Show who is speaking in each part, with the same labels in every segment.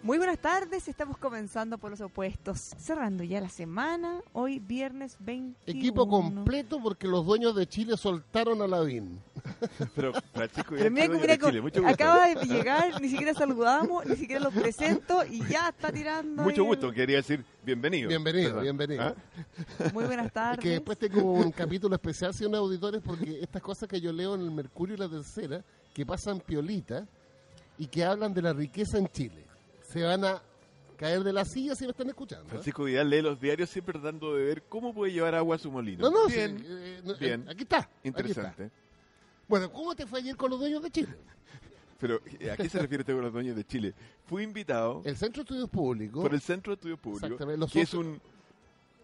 Speaker 1: Muy buenas tardes, estamos comenzando por los opuestos, cerrando ya la semana, hoy viernes 20.
Speaker 2: Equipo completo porque los dueños de Chile soltaron a Lavín.
Speaker 3: Pero Francisco
Speaker 1: Pero mira,
Speaker 3: Vidal,
Speaker 1: mira,
Speaker 3: dueño de Chile, mucho gusto.
Speaker 1: acaba de llegar, ni siquiera saludamos, ni siquiera los presento y ya está tirando. ahí
Speaker 3: Mucho
Speaker 1: el-
Speaker 3: gusto, quería decir bienvenido.
Speaker 2: Bienvenido,
Speaker 3: ¿Verdad?
Speaker 2: bienvenido.
Speaker 3: ¿Ah?
Speaker 1: Muy buenas tardes.
Speaker 2: Es que después tengo un capítulo especial, si auditores, porque estas cosas que yo leo en el Mercurio y la Tercera, que pasan piolita y que hablan de la riqueza en Chile, se van a caer de la silla si me están escuchando. ¿eh?
Speaker 3: Francisco Vidal lee los diarios siempre tratando de ver cómo puede llevar agua a su
Speaker 2: No,
Speaker 3: molino.
Speaker 2: no,
Speaker 3: Bien,
Speaker 2: sí, eh, no, eh,
Speaker 3: bien.
Speaker 2: aquí está. aquí
Speaker 3: interesante.
Speaker 2: está. Bueno, ¿cómo te fue ayer con los dueños de Chile?
Speaker 3: Pero eh, ¿a qué se refiere este con los dueños de Chile? Fui invitado
Speaker 2: El Centro de Estudios Públicos,
Speaker 3: por el Centro de Estudios Públicos,
Speaker 2: Exactamente, los
Speaker 3: que es
Speaker 2: socios-
Speaker 3: un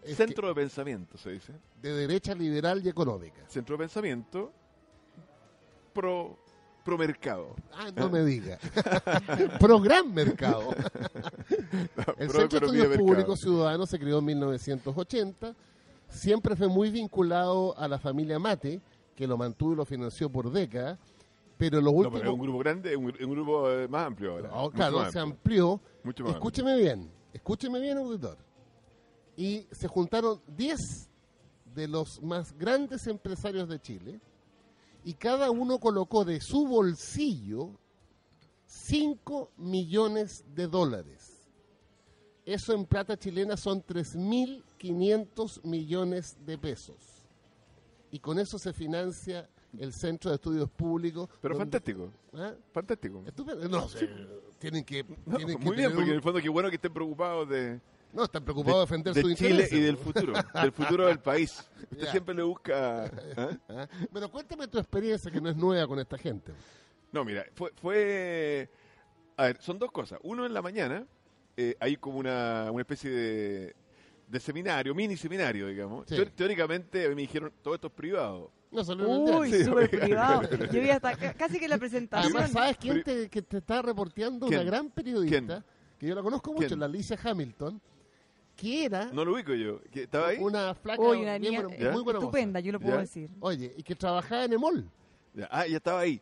Speaker 2: es que-
Speaker 3: centro de pensamiento, se dice.
Speaker 2: de derecha liberal y económica.
Speaker 3: Centro de pensamiento pro, pro mercado.
Speaker 2: Ah, no me diga. Pro gran mercado. El Centro de Estudios Públicos Ciudadanos se creó en 1980. Siempre fue muy vinculado a la familia Mate, que lo mantuvo y lo financió por décadas. Pero los
Speaker 3: No, pero es un
Speaker 2: últimos.
Speaker 3: grupo grande, es un, es un grupo eh, más amplio ahora.
Speaker 2: Ah,
Speaker 3: mucho
Speaker 2: claro,
Speaker 3: más
Speaker 2: se
Speaker 3: amplio.
Speaker 2: amplió.
Speaker 3: Mucho más amplio.
Speaker 2: Escúcheme bien, escúcheme bien, auditor. Y se juntaron 10 de los más grandes empresarios de Chile y cada uno colocó de su bolsillo 5 millones de dólares. Eso en plata chilena son 3.500 millones de pesos. Y con eso se financia el Centro de Estudios Públicos.
Speaker 3: Pero
Speaker 2: donde-
Speaker 3: fantástico,
Speaker 2: ¿Ah?
Speaker 3: fantástico.
Speaker 2: Estupendo. No, sí, tienen que.
Speaker 3: No,
Speaker 2: tienen que
Speaker 3: muy bien,
Speaker 2: tener
Speaker 3: porque en
Speaker 2: un-
Speaker 3: el fondo qué bueno que estén preocupados de,
Speaker 2: No, están preocupados de, defender
Speaker 3: de
Speaker 2: su
Speaker 3: Chile
Speaker 2: interés.
Speaker 3: y del futuro, del futuro del país. Usted
Speaker 2: Ya.
Speaker 3: siempre le busca... ¿ah?
Speaker 2: ¿Ah? Pero cuéntame tu experiencia, que no es nueva con esta gente.
Speaker 3: No, mira, fue, fue... A ver, son dos cosas. Uno, en la mañana eh, hay como una, una especie de, de seminario, mini seminario, digamos.
Speaker 2: Sí.
Speaker 3: Teo- Teóricamente a mí me dijeron, todo esto es privado.
Speaker 2: No, solo en el
Speaker 1: Uy,
Speaker 2: diario.
Speaker 1: súper privado. Yo vi hasta ca- casi que la presentación.
Speaker 2: Además, ¿sabes quién
Speaker 3: Pero-
Speaker 2: te, que te está reporteando? Una
Speaker 3: ¿Quién?
Speaker 2: gran periodista,
Speaker 3: ¿Quién?
Speaker 2: que yo la conozco mucho,
Speaker 3: ¿Quién?
Speaker 2: la Alicia Hamilton, que era
Speaker 3: No lo ubico yo. ¿Que ¿Estaba ahí?
Speaker 2: una flaca
Speaker 1: Uy, una
Speaker 2: bien
Speaker 1: niña
Speaker 2: buena-
Speaker 1: eh,
Speaker 2: muy buena moza.
Speaker 1: estupenda, yo lo puedo
Speaker 3: ¿Ya?
Speaker 1: decir.
Speaker 2: Oye, y que trabajaba en Emol.
Speaker 3: Ya, Ah, ya estaba ahí.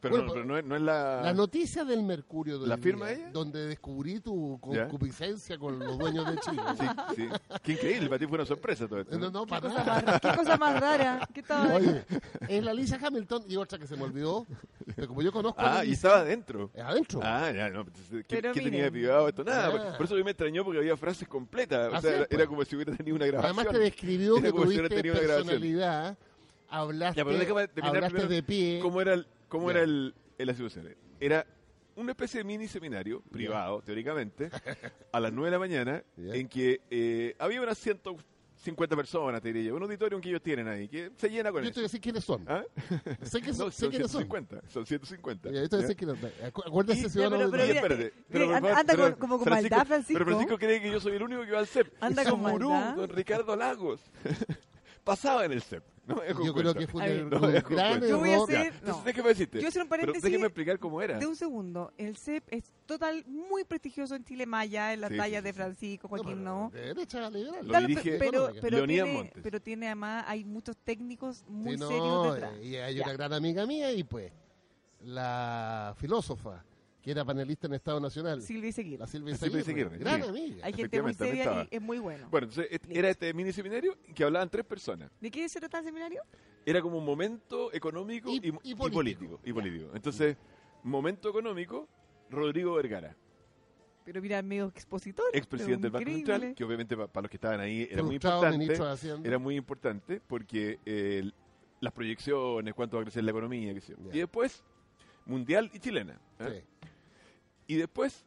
Speaker 3: Pero,
Speaker 2: Bueno,
Speaker 3: no,
Speaker 2: pero-
Speaker 3: pero no es, no es la...
Speaker 2: La noticia del Mercurio de
Speaker 3: Ah. ¿La
Speaker 2: hoy
Speaker 3: firma
Speaker 2: día,
Speaker 3: ella?
Speaker 2: donde descubrí tu
Speaker 3: ¿Ya?
Speaker 2: concupiscencia con los dueños de Chile.
Speaker 3: Sí, sí. Qué increíble, para ti fue una sorpresa todo esto.
Speaker 2: No, no,
Speaker 1: ¿Qué
Speaker 2: para
Speaker 1: cosa,
Speaker 2: nada.
Speaker 1: más, qué cosa más rara. ¿Qué estaba
Speaker 2: Oye, es la Lisa Hamilton y otra que se me olvidó, pero como yo conozco a
Speaker 3: Ah,
Speaker 2: la
Speaker 3: y
Speaker 2: Lisa,
Speaker 3: estaba adentro.
Speaker 2: es adentro.
Speaker 3: Ah, ya, no. entonces, ¿Qué,
Speaker 1: Pero
Speaker 3: qué tenía de
Speaker 1: miren.
Speaker 3: privado esto? Nada. pues,
Speaker 2: Ah.
Speaker 3: Por, por eso a mí me extrañó porque había frases completas. O
Speaker 2: Así
Speaker 3: sea,
Speaker 2: es,
Speaker 3: era,
Speaker 2: pues.
Speaker 3: era como si hubiera tenido una grabación.
Speaker 2: Además te describió
Speaker 3: Era
Speaker 2: que
Speaker 3: como si hubiera
Speaker 2: tuviste
Speaker 3: tenido una grabación.
Speaker 2: personalidad, hablaste,
Speaker 3: Ya, pero déjame terminar
Speaker 2: hablaste
Speaker 3: primero
Speaker 2: de pie.
Speaker 3: ¿Cómo era, el, cómo
Speaker 2: Ya.
Speaker 3: era el, el- la situación? Era una especie de mini seminario, privado, teóricamente, a las 9 de la mañana,
Speaker 2: Ya.
Speaker 3: en que eh, había unas 150 personas, te diría yo, un auditorio que ellos tienen ahí, que se llena con
Speaker 2: Yo te voy a
Speaker 3: eso.
Speaker 2: decir quiénes son.
Speaker 3: ¿Ah?
Speaker 2: Sé que
Speaker 3: No,
Speaker 2: son,
Speaker 3: son
Speaker 2: sé quiénes son.
Speaker 3: 150, son 150.
Speaker 2: Ya, yo te voy a
Speaker 3: ¿Ya?
Speaker 2: decir quiénes son. Acu- Acuérdate,
Speaker 3: Y-
Speaker 2: ciudadano
Speaker 1: pero- pero
Speaker 3: Oye,
Speaker 2: auditorio.
Speaker 1: mira,
Speaker 3: espérate,
Speaker 1: mira,
Speaker 3: pero por
Speaker 1: anda-
Speaker 3: favor,
Speaker 1: anda
Speaker 3: pero-
Speaker 1: con- como con maldad, Francisco.
Speaker 3: Pero Francisco cree que yo soy el único que va al CEP.
Speaker 1: Anda
Speaker 3: Es
Speaker 1: con
Speaker 3: un gurú,
Speaker 1: maldad.
Speaker 3: don Ricardo Lagos. Pasaba en el CEP. No, es un
Speaker 2: Yo creo
Speaker 3: cuento.
Speaker 2: que
Speaker 1: A
Speaker 2: fue
Speaker 1: ver,
Speaker 2: un,
Speaker 3: no,
Speaker 2: un
Speaker 3: es un
Speaker 2: gran
Speaker 3: cuento.
Speaker 1: Yo voy a
Speaker 2: error.
Speaker 1: hacer- Sí,
Speaker 3: Ya,
Speaker 1: no.
Speaker 3: Entonces déjeme decirte.
Speaker 1: Yo voy a hacer un
Speaker 3: pero
Speaker 1: paréntesis
Speaker 3: déjeme explicar cómo era.
Speaker 1: De un segundo, el CEP es total, muy prestigioso en Chile Maya, en la
Speaker 3: Sí,
Speaker 1: talla
Speaker 3: sí,
Speaker 1: de
Speaker 3: sí.
Speaker 1: Francisco, Joaquín pues, no.
Speaker 2: No, pero de derecha a liberal.
Speaker 3: Lo
Speaker 1: Da lo-
Speaker 3: dirige
Speaker 1: pero,
Speaker 2: económica.
Speaker 1: pero,
Speaker 3: Leonidas
Speaker 1: tiene,
Speaker 3: Montes.
Speaker 1: pero tiene además, hay muchos técnicos muy
Speaker 2: Sí, no,
Speaker 1: serios detrás.
Speaker 2: y hay
Speaker 1: Ya.
Speaker 2: una gran amiga mía y pues la filósofa, que que era panelista en Estado Nacional.
Speaker 1: Silvia Iseguirre.
Speaker 2: La Silvia
Speaker 3: Silvia
Speaker 2: Izaguirre,
Speaker 3: Izaguirre,
Speaker 2: gran
Speaker 3: sí.
Speaker 2: amiga.
Speaker 1: Hay gente muy
Speaker 3: efectivamente, también
Speaker 1: seria y
Speaker 3: estaba.
Speaker 1: es muy bueno.
Speaker 3: Bueno, entonces et-
Speaker 1: Listo.
Speaker 3: era este mini seminario que hablaban tres personas.
Speaker 1: ¿De qué se trata el seminario?
Speaker 3: Era como un momento económico
Speaker 2: Y-
Speaker 3: y,
Speaker 2: y
Speaker 3: y político.
Speaker 2: político.
Speaker 3: y político. Entonces, momento económico, Rodrigo Vergara,
Speaker 1: Pero mira, medio expositor.
Speaker 3: expresidente del
Speaker 1: pero
Speaker 3: Banco
Speaker 1: increíble.
Speaker 3: Central, que obviamente pa- para, los que estaban ahí era muy
Speaker 2: Frustrado
Speaker 3: importante.
Speaker 2: ministro de Hacienda.
Speaker 3: Era muy importante porque eh, el- las proyecciones, cuánto va a crecer la economía, qué sé yo.
Speaker 2: Ya.
Speaker 3: Y después, mundial y chilena. ¿eh?
Speaker 2: Sí.
Speaker 3: Y después,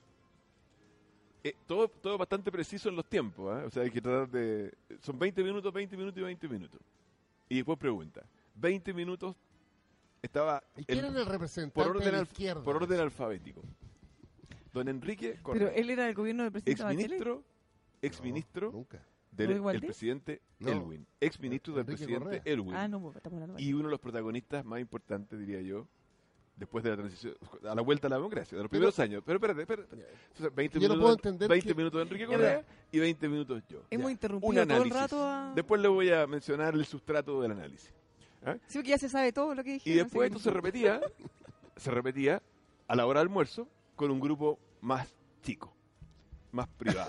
Speaker 3: eh, todo, todo bastante preciso en los tiempos. ¿ah? O sea, hay que tratar de. Son 20 minutos, 20 minutos y 20 minutos. Y después pregunta: 20 minutos estaba.
Speaker 2: ¿Y quién
Speaker 3: el-
Speaker 2: era el representante
Speaker 3: por, orden
Speaker 2: de la
Speaker 3: al-
Speaker 2: izquierda?
Speaker 3: por orden alfabético. Don Enrique
Speaker 1: Pero
Speaker 3: Correa,
Speaker 1: él era del gobierno del presidente Bachelet.
Speaker 3: exministro,
Speaker 2: No,
Speaker 3: exministro
Speaker 2: nunca.
Speaker 3: del
Speaker 1: ¿Luis Valdés?
Speaker 3: el presidente
Speaker 2: No. Eh,
Speaker 3: Elwin. Exministro del
Speaker 2: Enrique
Speaker 3: presidente
Speaker 2: Correa.
Speaker 3: Elwin.
Speaker 1: Ah, no, estamos hablando de
Speaker 3: Y uno de los protagonistas más importantes, diría yo, después de la transición, a la vuelta a la democracia, de los primeros años. Pero espérate, espérate. O sea, 20
Speaker 2: Yo no
Speaker 3: minutos,
Speaker 2: puedo entender
Speaker 3: 20
Speaker 2: que-
Speaker 3: minutos de Enrique
Speaker 1: Ya,
Speaker 3: Correa y 20 minutos yo.
Speaker 1: Hemos
Speaker 2: Ya.
Speaker 3: Un
Speaker 1: interrumpido todo el
Speaker 3: análisis.
Speaker 1: rato a...
Speaker 3: Después le voy a mencionar el sustrato del análisis.
Speaker 1: Sí, porque ya se sabe todo lo que dije.
Speaker 3: Y después esto se repetía, se repetía a la hora del almuerzo con un grupo más chico, más privado,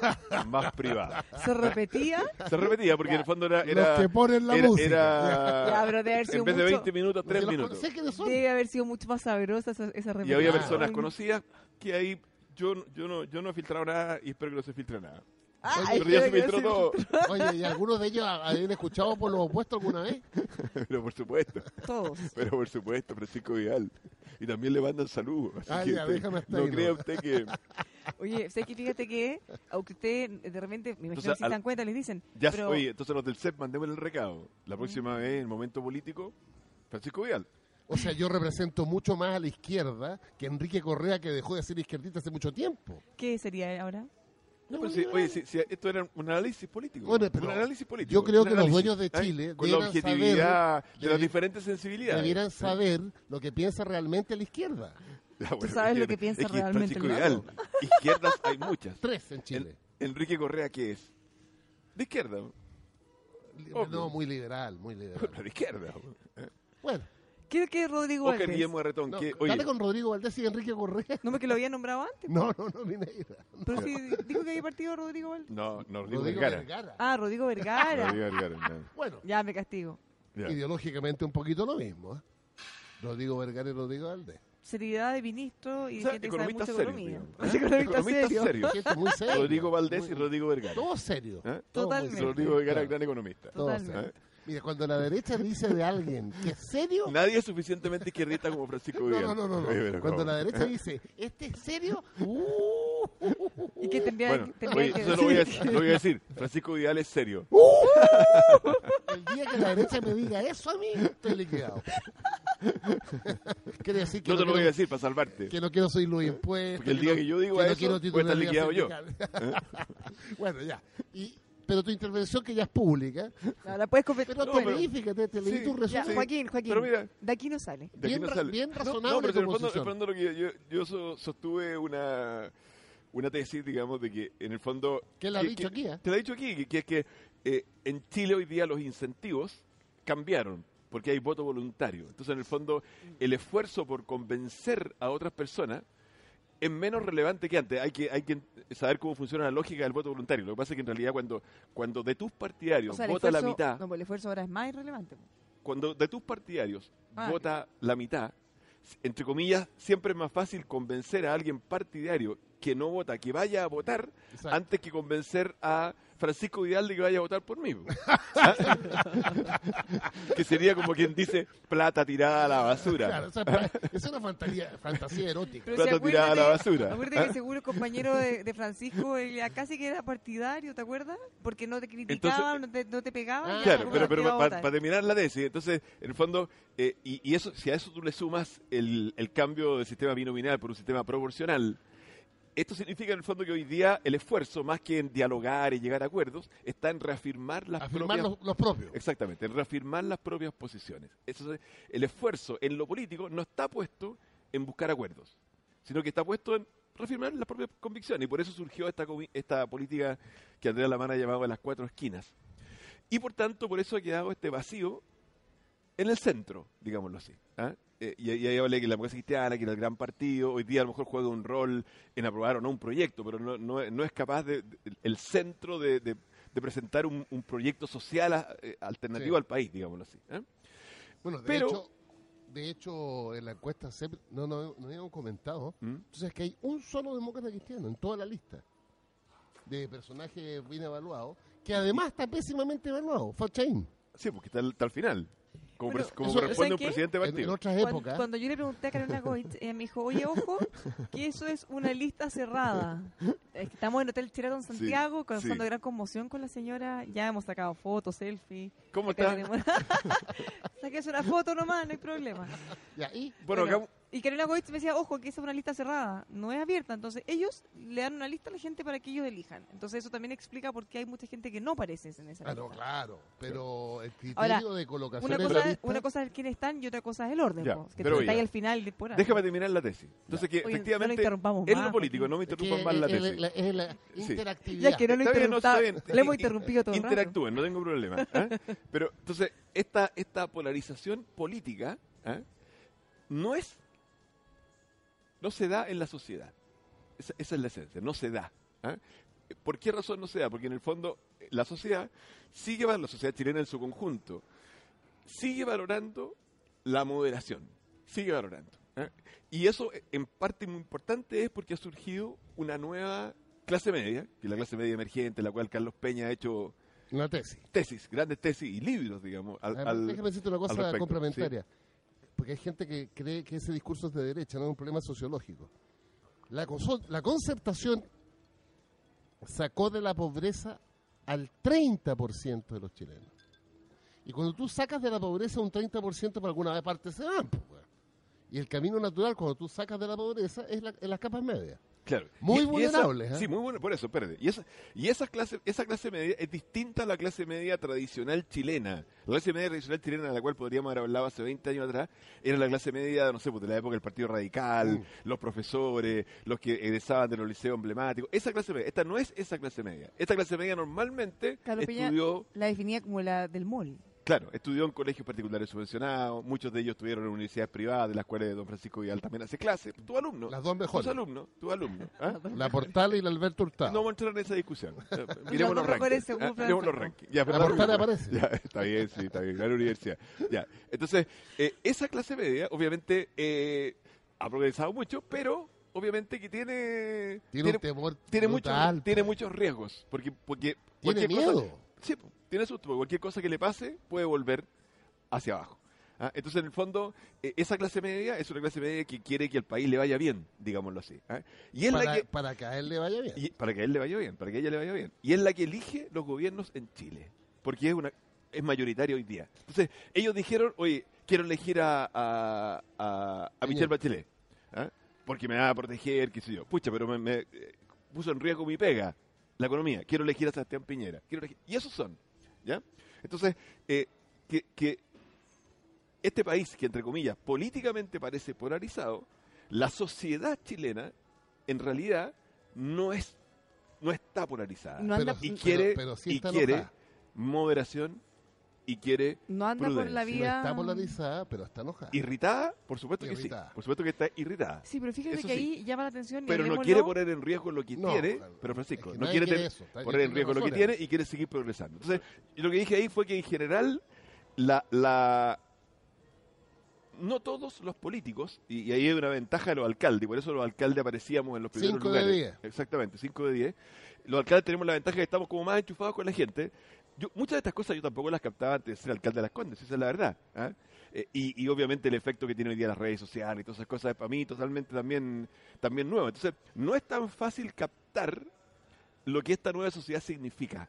Speaker 3: más privado.
Speaker 1: Se repetía.
Speaker 3: Se repetía porque en el fondo era...
Speaker 4: Los
Speaker 3: era
Speaker 4: que ponen la
Speaker 3: era-
Speaker 4: música.
Speaker 3: era-
Speaker 1: Ya, pero debe haber sido
Speaker 3: Ah, en vez de
Speaker 1: mucho-
Speaker 3: 20 minutos,
Speaker 2: Porque
Speaker 3: 3
Speaker 2: los
Speaker 3: minutos.
Speaker 2: Sé quiénes son.
Speaker 1: Debe haber sido mucho más sabrosa esa, esa
Speaker 3: Y
Speaker 1: repetición.
Speaker 3: había
Speaker 2: Ah.
Speaker 3: personas conocidas que ahí yo, no- yo, no, yo no he filtrado nada y espero que no se filtre nada.
Speaker 1: Ah,
Speaker 3: Pero ya se
Speaker 1: espero que
Speaker 3: filtró
Speaker 1: no
Speaker 3: todo,
Speaker 2: Oye, ¿y algunos de ellos habían escuchado por los opuestos alguna vez?
Speaker 3: pero por supuesto,
Speaker 1: Todos.
Speaker 3: pero por supuesto, Francisco Vidal. Y también le mandan saludos. así
Speaker 2: Ah,
Speaker 3: que
Speaker 2: ya,
Speaker 3: usted-
Speaker 2: déjame hasta
Speaker 3: no
Speaker 2: ahí,
Speaker 3: crea
Speaker 2: ¿no?
Speaker 3: usted que
Speaker 1: Oye, sé que fíjate que, aunque usted de repente, me imagino
Speaker 3: Entonces,
Speaker 1: que si se
Speaker 3: al-
Speaker 1: dan cuenta, les dicen.
Speaker 3: ya
Speaker 1: pero Mm.
Speaker 3: oye, entonces los del CEP mandémosle el recado. La próxima vez, en el momento político, Francisco Vidal.
Speaker 2: O sea, yo represento mucho más a la izquierda que Enrique Correa, que dejó de ser izquierdista hace mucho tiempo.
Speaker 1: ¿qué sería ahora?
Speaker 3: No, pero si- oye, si, si esto era un análisis político.
Speaker 2: Bueno, pero
Speaker 3: un análisis político.
Speaker 2: yo creo
Speaker 3: un
Speaker 2: que los
Speaker 3: análisis,
Speaker 2: dueños de
Speaker 3: ¿eh?
Speaker 2: Chile
Speaker 3: Con la
Speaker 2: debieran saber-
Speaker 3: objetividad de
Speaker 2: debi-
Speaker 3: las diferentes sensibilidades.
Speaker 2: Debieran saber lo que piensa realmente la izquierda.
Speaker 3: Ah, bueno,
Speaker 1: sabes lo
Speaker 3: es
Speaker 1: que piensa
Speaker 3: es
Speaker 1: realmente
Speaker 3: Francisco
Speaker 1: el
Speaker 3: Vidal. Izquierdas hay muchas.
Speaker 2: Tres en Chile.
Speaker 3: En- Enrique Correa, ¿qué es? De izquierda.
Speaker 2: Li-
Speaker 3: obvio.
Speaker 2: No, muy liberal, muy liberal.
Speaker 3: Pero de izquierda.
Speaker 2: Bueno,
Speaker 1: ¿Qué que Rodrigo
Speaker 3: Oscar
Speaker 1: Valdés?
Speaker 3: Guillermo Arretón.
Speaker 2: no,
Speaker 3: que, oye,
Speaker 2: dale con Rodrigo Valdés y Enrique Correa.
Speaker 1: No, porque lo había nombrado antes.
Speaker 2: No, no, no, Mineira.
Speaker 1: Pero sí, dijo que había partido Rodrigo Valdés.
Speaker 3: No, no, Rodrigo
Speaker 2: Rodrigo
Speaker 3: Vergara.
Speaker 2: Vergara.
Speaker 1: Ah, Rodrigo Vergara.
Speaker 3: Rodrigo Vergara, no.
Speaker 2: Bueno,
Speaker 1: ya, me castigo.
Speaker 3: Ya.
Speaker 2: ideológicamente un poquito lo mismo. ¿eh? Rodrigo Vergara y Rodrigo Valdés.
Speaker 1: Seriedad de ministro y
Speaker 3: O
Speaker 1: de
Speaker 3: sea,
Speaker 1: gente que sabe
Speaker 3: economistas
Speaker 1: mucho de
Speaker 3: serios,
Speaker 1: economía.
Speaker 3: digamos.
Speaker 1: Economista
Speaker 3: Economistas
Speaker 1: serio.
Speaker 3: serios.
Speaker 2: Gente muy seria.
Speaker 3: Rodrigo Valdés
Speaker 2: Muy-
Speaker 3: y Rodrigo Vergara.
Speaker 2: Todo serio.
Speaker 3: ¿Eh?
Speaker 2: Todo muy
Speaker 1: Totalmente.
Speaker 2: serio.
Speaker 3: Rodrigo Vergara,
Speaker 2: Claro.
Speaker 3: gran economista. ¿Eh?
Speaker 1: Totalmente.
Speaker 2: Mira, cuando la derecha dice de alguien que es serio,
Speaker 3: Nadie es suficientemente izquierdista como Francisco Vidal.
Speaker 2: No, no, no, no.
Speaker 3: Oye,
Speaker 2: no.
Speaker 3: pero
Speaker 2: Cuando
Speaker 3: ¿cómo?
Speaker 2: la derecha dice, ¿este es serio? ¡Uh!
Speaker 1: Y que tendría,
Speaker 3: Bueno,
Speaker 1: tendría
Speaker 3: oye,
Speaker 1: que
Speaker 3: eso lo voy, a,
Speaker 1: decir.
Speaker 3: lo voy a decir. Francisco Vidal es serio.
Speaker 2: Uh, El día que la derecha me diga eso a mí, estoy liquidado. Quiere decir que
Speaker 3: No te
Speaker 2: quiero,
Speaker 3: lo voy a decir para salvarte.
Speaker 2: que no quiero soy Luis Impuesto.
Speaker 3: Eh, Porque el día
Speaker 2: no-
Speaker 3: que yo digo
Speaker 2: no
Speaker 3: eso,
Speaker 2: quiero
Speaker 3: voy a estar
Speaker 2: titularidad
Speaker 3: liquidado yo.
Speaker 2: sindical. bueno, ya. Y, pero tu intervención, que ya es pública,
Speaker 1: No, la puedes competir.
Speaker 2: pero
Speaker 3: No, pero-
Speaker 2: magnífica, te leí
Speaker 3: Sí,
Speaker 2: tu
Speaker 1: Ya,
Speaker 2: resumen.
Speaker 3: Sí.
Speaker 1: Joaquín, Joaquín.
Speaker 3: Pero mira.
Speaker 1: de aquí no sale.
Speaker 3: De aquí
Speaker 2: Bien
Speaker 3: no
Speaker 2: ra-
Speaker 3: sale.
Speaker 2: bien
Speaker 3: No,
Speaker 2: razonable
Speaker 3: No, pero
Speaker 2: tu
Speaker 3: en el fondo, en
Speaker 2: posición.
Speaker 3: el fondo lo que yo, yo so- sostuve una, una tesis, digamos, de que en el fondo...
Speaker 2: ¿Qué la ha dicho aquí, eh?
Speaker 3: Te la he dicho aquí, que, que es que eh, en Chile hoy día los incentivos cambiaron porque hay voto voluntario. Entonces, en el fondo, el esfuerzo por convencer a otras personas es menos relevante que antes. Hay que, hay que saber cómo funciona la lógica del voto voluntario. Lo que pasa es que en realidad cuando, cuando de tus
Speaker 1: O
Speaker 3: partidarios
Speaker 1: sea, el
Speaker 3: vota la
Speaker 1: esfuerzo-
Speaker 3: mitad
Speaker 1: No, pues el esfuerzo ahora es más irrelevante.
Speaker 3: cuando de tus partidarios
Speaker 1: Ah,
Speaker 3: vota la mitad, s- entre comillas, siempre es más fácil convencer a alguien partidario que no vota, que vaya a votar,
Speaker 2: Exacto.
Speaker 3: antes que convencer a Francisco Vidal de que vaya a votar por mí. po. que sería como quien dice plata tirada a la basura.
Speaker 2: Claro, o sea, pa- es una fantasía, fantasía erótica.
Speaker 1: Pero
Speaker 3: Plata
Speaker 1: si acuérdate-
Speaker 3: tirada a la basura. Ah.
Speaker 1: Acuérdate que seguro el compañero de, de Francisco él ya casi que era partidario, ¿te acuerdas? Porque no te criticaban, no, te, no te pegaban.
Speaker 2: Ah,
Speaker 1: y
Speaker 3: Claro,
Speaker 1: uno
Speaker 3: pero,
Speaker 1: no te iba
Speaker 3: pero
Speaker 1: a
Speaker 3: para,
Speaker 1: votar.
Speaker 3: terminar la tesis, entonces, en el fondo, eh, y, y eso si a eso tú le sumas el, el cambio del sistema binominal por un sistema proporcional, esto significa en el fondo que hoy día el esfuerzo, más que en dialogar y llegar a acuerdos, está en reafirmar las
Speaker 2: Afirmar
Speaker 3: propias...
Speaker 2: los, los propios.
Speaker 3: Exactamente, en reafirmar las propias posiciones. Eso es- el esfuerzo en lo político no está puesto en buscar acuerdos, sino que está puesto en reafirmar las propias convicciones. Y por eso surgió esta, comi- esta política que Andrea Lamana llamaba las cuatro esquinas. Y por tanto, por eso ha quedado este vacío en el centro, digámoslo así. ¿ah? eh, y, y ahí hablé que la democracia cristiana, que era el gran partido, hoy día a lo mejor juega un rol en aprobar o no un proyecto, pero no, no, no es capaz de, de- el centro de, de- de presentar un, un proyecto social a- eh, alternativo
Speaker 2: Sí.
Speaker 3: al país, digámoslo así. ¿eh?
Speaker 2: Bueno, de
Speaker 3: Pero-
Speaker 2: hecho, de hecho, en la encuesta CEP no, no, no habíamos comentado.
Speaker 3: ¿Mm?
Speaker 2: Entonces que hay un solo demócrata cristiano en toda la lista de personajes bien evaluados, que además está pésimamente evaluado, Fachain.
Speaker 3: Sí, porque está al, está al final, como,
Speaker 1: Pero,
Speaker 3: pres- como
Speaker 2: eso-
Speaker 1: ¿saben
Speaker 3: corresponde a un
Speaker 1: qué? Eh,
Speaker 3: presidente de
Speaker 2: En, en
Speaker 3: partido.
Speaker 2: otras
Speaker 1: Cuan-
Speaker 2: épocas,
Speaker 1: Cuando yo le pregunté a Carolina Goitz, ella me dijo, oye, ojo, que eso es una lista cerrada. Es que estamos en Hotel Sheraton Santiago, causando
Speaker 3: sí.
Speaker 1: gran conmoción con la señora. Ya hemos sacado fotos, selfie.
Speaker 3: ¿Cómo
Speaker 1: Acá
Speaker 3: está?
Speaker 1: tenemos- Sáquese una foto nomás, no hay problema.
Speaker 2: ya, y
Speaker 3: Bueno,
Speaker 1: Bueno,
Speaker 3: acá
Speaker 1: Y Carolina Goitz me decía, ojo, que esa es una lista cerrada, no es abierta. Entonces, ellos le dan una lista a la gente para que ellos elijan. Entonces, eso también explica por qué hay mucha gente que no aparece en esa
Speaker 2: Ah,
Speaker 1: lista.
Speaker 2: no, claro, pero el criterio
Speaker 1: Ahora,
Speaker 2: de colocación
Speaker 1: Una
Speaker 2: en la
Speaker 1: cosa,
Speaker 2: lista-
Speaker 1: una cosa es quiénes están y otra cosa es el orden.
Speaker 3: Ya,
Speaker 1: po, que
Speaker 3: pero
Speaker 1: tú estás
Speaker 3: oiga,
Speaker 1: al final. de- por algo.
Speaker 3: déjame terminar la tesis. Entonces, que
Speaker 1: Oye, no lo
Speaker 3: efectivamente,
Speaker 1: interrumpamos
Speaker 3: es
Speaker 1: más,
Speaker 3: lo político,
Speaker 1: Joaquín.
Speaker 3: no me
Speaker 2: que
Speaker 3: interrumpan más la
Speaker 2: es- es-
Speaker 3: tesis.
Speaker 2: es, es la
Speaker 3: Sí.
Speaker 2: interactividad.
Speaker 1: Ya que no lo
Speaker 3: Está bien, no, está
Speaker 1: interrumpaba,
Speaker 3: bien.
Speaker 1: le hemos interrumpido todo el rato.
Speaker 3: Interactúen, no tengo problema. ¿eh? Pero entonces, esta, esta polarización política ¿eh? no es. No se da en la sociedad. Esa, esa es la esencia, no se da. ¿eh? ¿Por qué razón no se da? Porque en el fondo, eh, la sociedad sigue, val- la sociedad chilena en su conjunto, sigue valorando la moderación. Sigue valorando. ¿eh? Y eso, eh, en parte muy importante, es porque ha surgido una nueva clase media, que es la clase media emergente, la cual Carlos Peña ha hecho
Speaker 2: Una tesis.
Speaker 3: tesis, grandes tesis y libros, digamos. Al,
Speaker 2: Además,
Speaker 3: al-
Speaker 2: déjame decirte una
Speaker 3: al
Speaker 2: cosa
Speaker 3: respecto,
Speaker 2: complementaria. Porque hay gente que cree que ese discurso es de derecha, no es un problema sociológico. La, consol- la concertación sacó de la pobreza al 30% de los chilenos. Y cuando tú sacas de la pobreza un 30% para alguna parte se van. pues, weón. Y el camino natural cuando tú sacas de la pobreza es la- en las capas medias.
Speaker 3: Claro.
Speaker 2: Muy
Speaker 3: Y- y esa-
Speaker 2: vulnerables, ¿eh?
Speaker 3: Sí, muy bueno, por eso, espérate. Y, esa, y esa, clase, esa clase media es distinta a la clase media tradicional chilena. La clase media tradicional chilena, de la cual podríamos haber hablado hace 20 años atrás, era la clase media, no sé, pues, de la época del Partido Radical,
Speaker 2: Mm.
Speaker 3: los profesores, los que egresaban de los liceos emblemáticos. Esa clase media, esta no es esa clase media. Esta clase media normalmente
Speaker 1: Carlos Peña-
Speaker 3: estudió...
Speaker 1: La definía como la del mall.
Speaker 3: Claro, estudió en colegios particulares subvencionados, muchos de ellos estuvieron en universidades privadas, de las cuales don Francisco Vidal también hace clase. Tu alumno.
Speaker 2: Las dos
Speaker 3: Tus
Speaker 2: mejores.
Speaker 3: alumnos, tu alumno. ¿ah?
Speaker 2: La Portal y la Alberto Hurtado.
Speaker 3: No vamos a entrar en esa discusión. Eh, Miremos los
Speaker 1: dos mejores
Speaker 3: rankings.
Speaker 1: según
Speaker 3: ¿ah?
Speaker 1: Francisco.
Speaker 3: Miremos los rankings. Ya,
Speaker 2: La
Speaker 3: perdón.
Speaker 2: portada aparece.
Speaker 3: Ya, está bien, sí, está bien. La universidad. Ya. Entonces, eh, esa clase media, obviamente, eh, ha progresado mucho, pero obviamente que tiene.
Speaker 2: tiene, un temor
Speaker 3: tiene muchos,
Speaker 2: brutal, pues.
Speaker 3: tiene muchos riesgos. Porque, porque
Speaker 2: tiene
Speaker 3: cualquier cosa-
Speaker 2: miedo.
Speaker 3: Sí, po, tiene susto, porque cualquier cosa que le pase puede volver hacia abajo. ¿ah? Entonces, en el fondo, eh, esa clase media es una clase media que quiere que al país le vaya bien, digámoslo así. ¿ah? Y es
Speaker 2: Para,
Speaker 3: la que,
Speaker 2: para que a él le vaya bien.
Speaker 3: y- para que a él le vaya bien, para que a ella le vaya bien. Y es la que elige los gobiernos en Chile, porque es una es mayoritario hoy día. Entonces, ellos dijeron, oye, quiero elegir a, a, a- a Michelle
Speaker 2: Señor.
Speaker 3: Bachelet, ¿ah? porque me va a proteger, qué sé yo. Pucha, pero me, me, eh, puso en riesgo mi pega, la economía. Quiero elegir a Sebastián Piñera. Quiero elegir- Y esos son, ¿ya? Entonces, eh, que, que este país, que entre comillas, políticamente parece polarizado, la sociedad chilena, en realidad, no es no está polarizada.
Speaker 1: No anda,
Speaker 3: y
Speaker 2: pero-
Speaker 3: quiere,
Speaker 2: pero sí
Speaker 3: y
Speaker 2: está
Speaker 3: quiere
Speaker 2: enojada.
Speaker 3: moderación y quiere
Speaker 1: no anda por
Speaker 3: prudencia.
Speaker 1: la
Speaker 2: Si no
Speaker 1: vida.
Speaker 2: está polarizada, pero está enojada.
Speaker 3: irritada, por supuesto que
Speaker 2: Irritada.
Speaker 3: sí. Por supuesto que está irritada.
Speaker 1: Sí, pero fíjate
Speaker 3: Eso
Speaker 1: que
Speaker 3: sí.
Speaker 1: ahí llama la atención. y
Speaker 3: Pero no
Speaker 1: hablemoslo.
Speaker 3: quiere poner en riesgo lo que
Speaker 2: No,
Speaker 3: tiene,
Speaker 2: claro.
Speaker 3: pero Francisco,
Speaker 2: Es que
Speaker 3: no
Speaker 2: nadie
Speaker 3: quiere,
Speaker 2: quiere
Speaker 3: ten-
Speaker 2: eso. Está-
Speaker 3: poner en
Speaker 2: tiene
Speaker 3: riesgo lo que
Speaker 2: razones.
Speaker 3: tiene y quiere seguir progresando. Entonces, y lo que dije ahí fue que en general, la, la- no todos los políticos, y, y ahí hay una ventaja de los alcaldes, y por eso los alcaldes aparecíamos en los primeros
Speaker 2: Cinco de
Speaker 3: lugares.
Speaker 2: diez.
Speaker 3: Exactamente, 5 de 10. Los alcaldes tenemos la ventaja que estamos como más enchufados con la gente. Yo- muchas de estas cosas yo tampoco las captaba antes de ser alcalde de las Condes, esa es la verdad. ¿ah? Eh, y, y obviamente el efecto que tiene hoy día las redes sociales y todas esas cosas es para mí totalmente también, también nuevo. Entonces, no es tan fácil captar lo que esta nueva sociedad significa.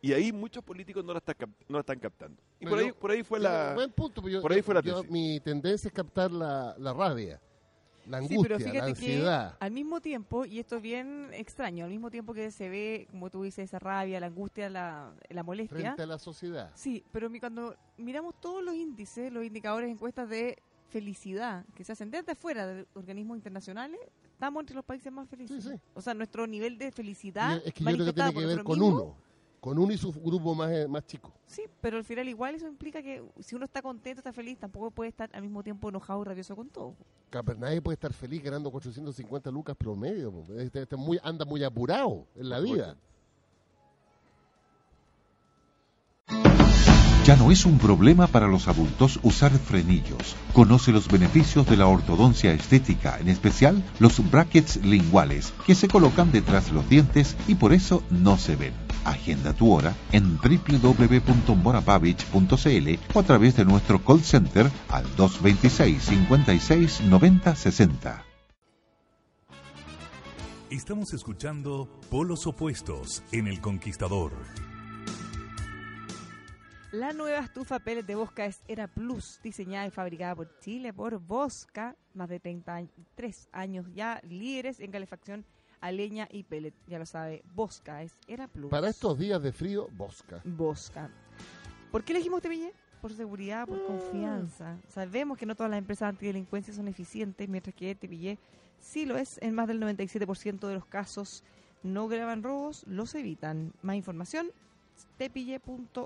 Speaker 3: Y ahí muchos políticos no la están, cap- no la están captando. Y
Speaker 2: Pero
Speaker 3: por ahí,
Speaker 2: yo-
Speaker 3: por ahí fue
Speaker 2: Sí,
Speaker 3: pues la...
Speaker 2: Buen punto, pero yo-
Speaker 3: por ahí fue la
Speaker 2: yo-
Speaker 3: tesis.
Speaker 2: Mi tendencia es captar la, la rabia, la
Speaker 1: Sí,
Speaker 2: angustia,
Speaker 1: pero
Speaker 2: la
Speaker 1: fíjate que
Speaker 2: ansiedad.
Speaker 1: al mismo tiempo, y esto es bien extraño, al mismo tiempo que se ve, como tú dices, esa rabia, la angustia, la, la molestia.
Speaker 2: Frente a la sociedad.
Speaker 1: Sí, pero mi- cuando miramos todos los índices, los indicadores, encuestas de felicidad que se hacen desde afuera de organismos internacionales, estamos entre los países más felices.
Speaker 2: Sí, sí.
Speaker 1: O sea, nuestro nivel de felicidad
Speaker 2: Y es que yo creo que
Speaker 1: manifestada
Speaker 2: tiene que
Speaker 1: por
Speaker 2: ver
Speaker 1: nosotros
Speaker 2: con
Speaker 1: mismos,
Speaker 2: uno. con uno y su grupo más, eh, más chico.
Speaker 1: Sí, pero al final igual eso implica que si uno está contento, está feliz, tampoco puede estar al mismo tiempo enojado y rabioso con todo.
Speaker 2: Capernaum puede estar feliz ganando 450 lucas promedio. po. Este- este muy, anda muy apurado en la vida.
Speaker 5: Ya no es un problema para los adultos usar frenillos. Conoce los beneficios de la ortodoncia estética, en especial los brackets linguales, que se colocan detrás los dientes y por eso no se ven. Agenda tu hora en www.morapavich.cl o a través de nuestro call center al 226 56 90 60.
Speaker 6: Estamos escuchando Polos Opuestos en El Conquistador.
Speaker 1: La nueva estufa pellet de Bosca es Era Plus, diseñada y fabricada por Chile, por Bosca, más de 33 años ya, líderes en calefacción a leña y pellet. Ya lo sabe, Bosca es Era Plus.
Speaker 2: Para estos días de frío, Bosca.
Speaker 1: Bosca. ¿Por qué elegimos Tepille? Por seguridad, por confianza. Sabemos que no todas las empresas antidelincuencia son eficientes, mientras que Tepille sí lo es. En más del 97% de los casos no graban robos, los evitan. Más información, tepille.cl.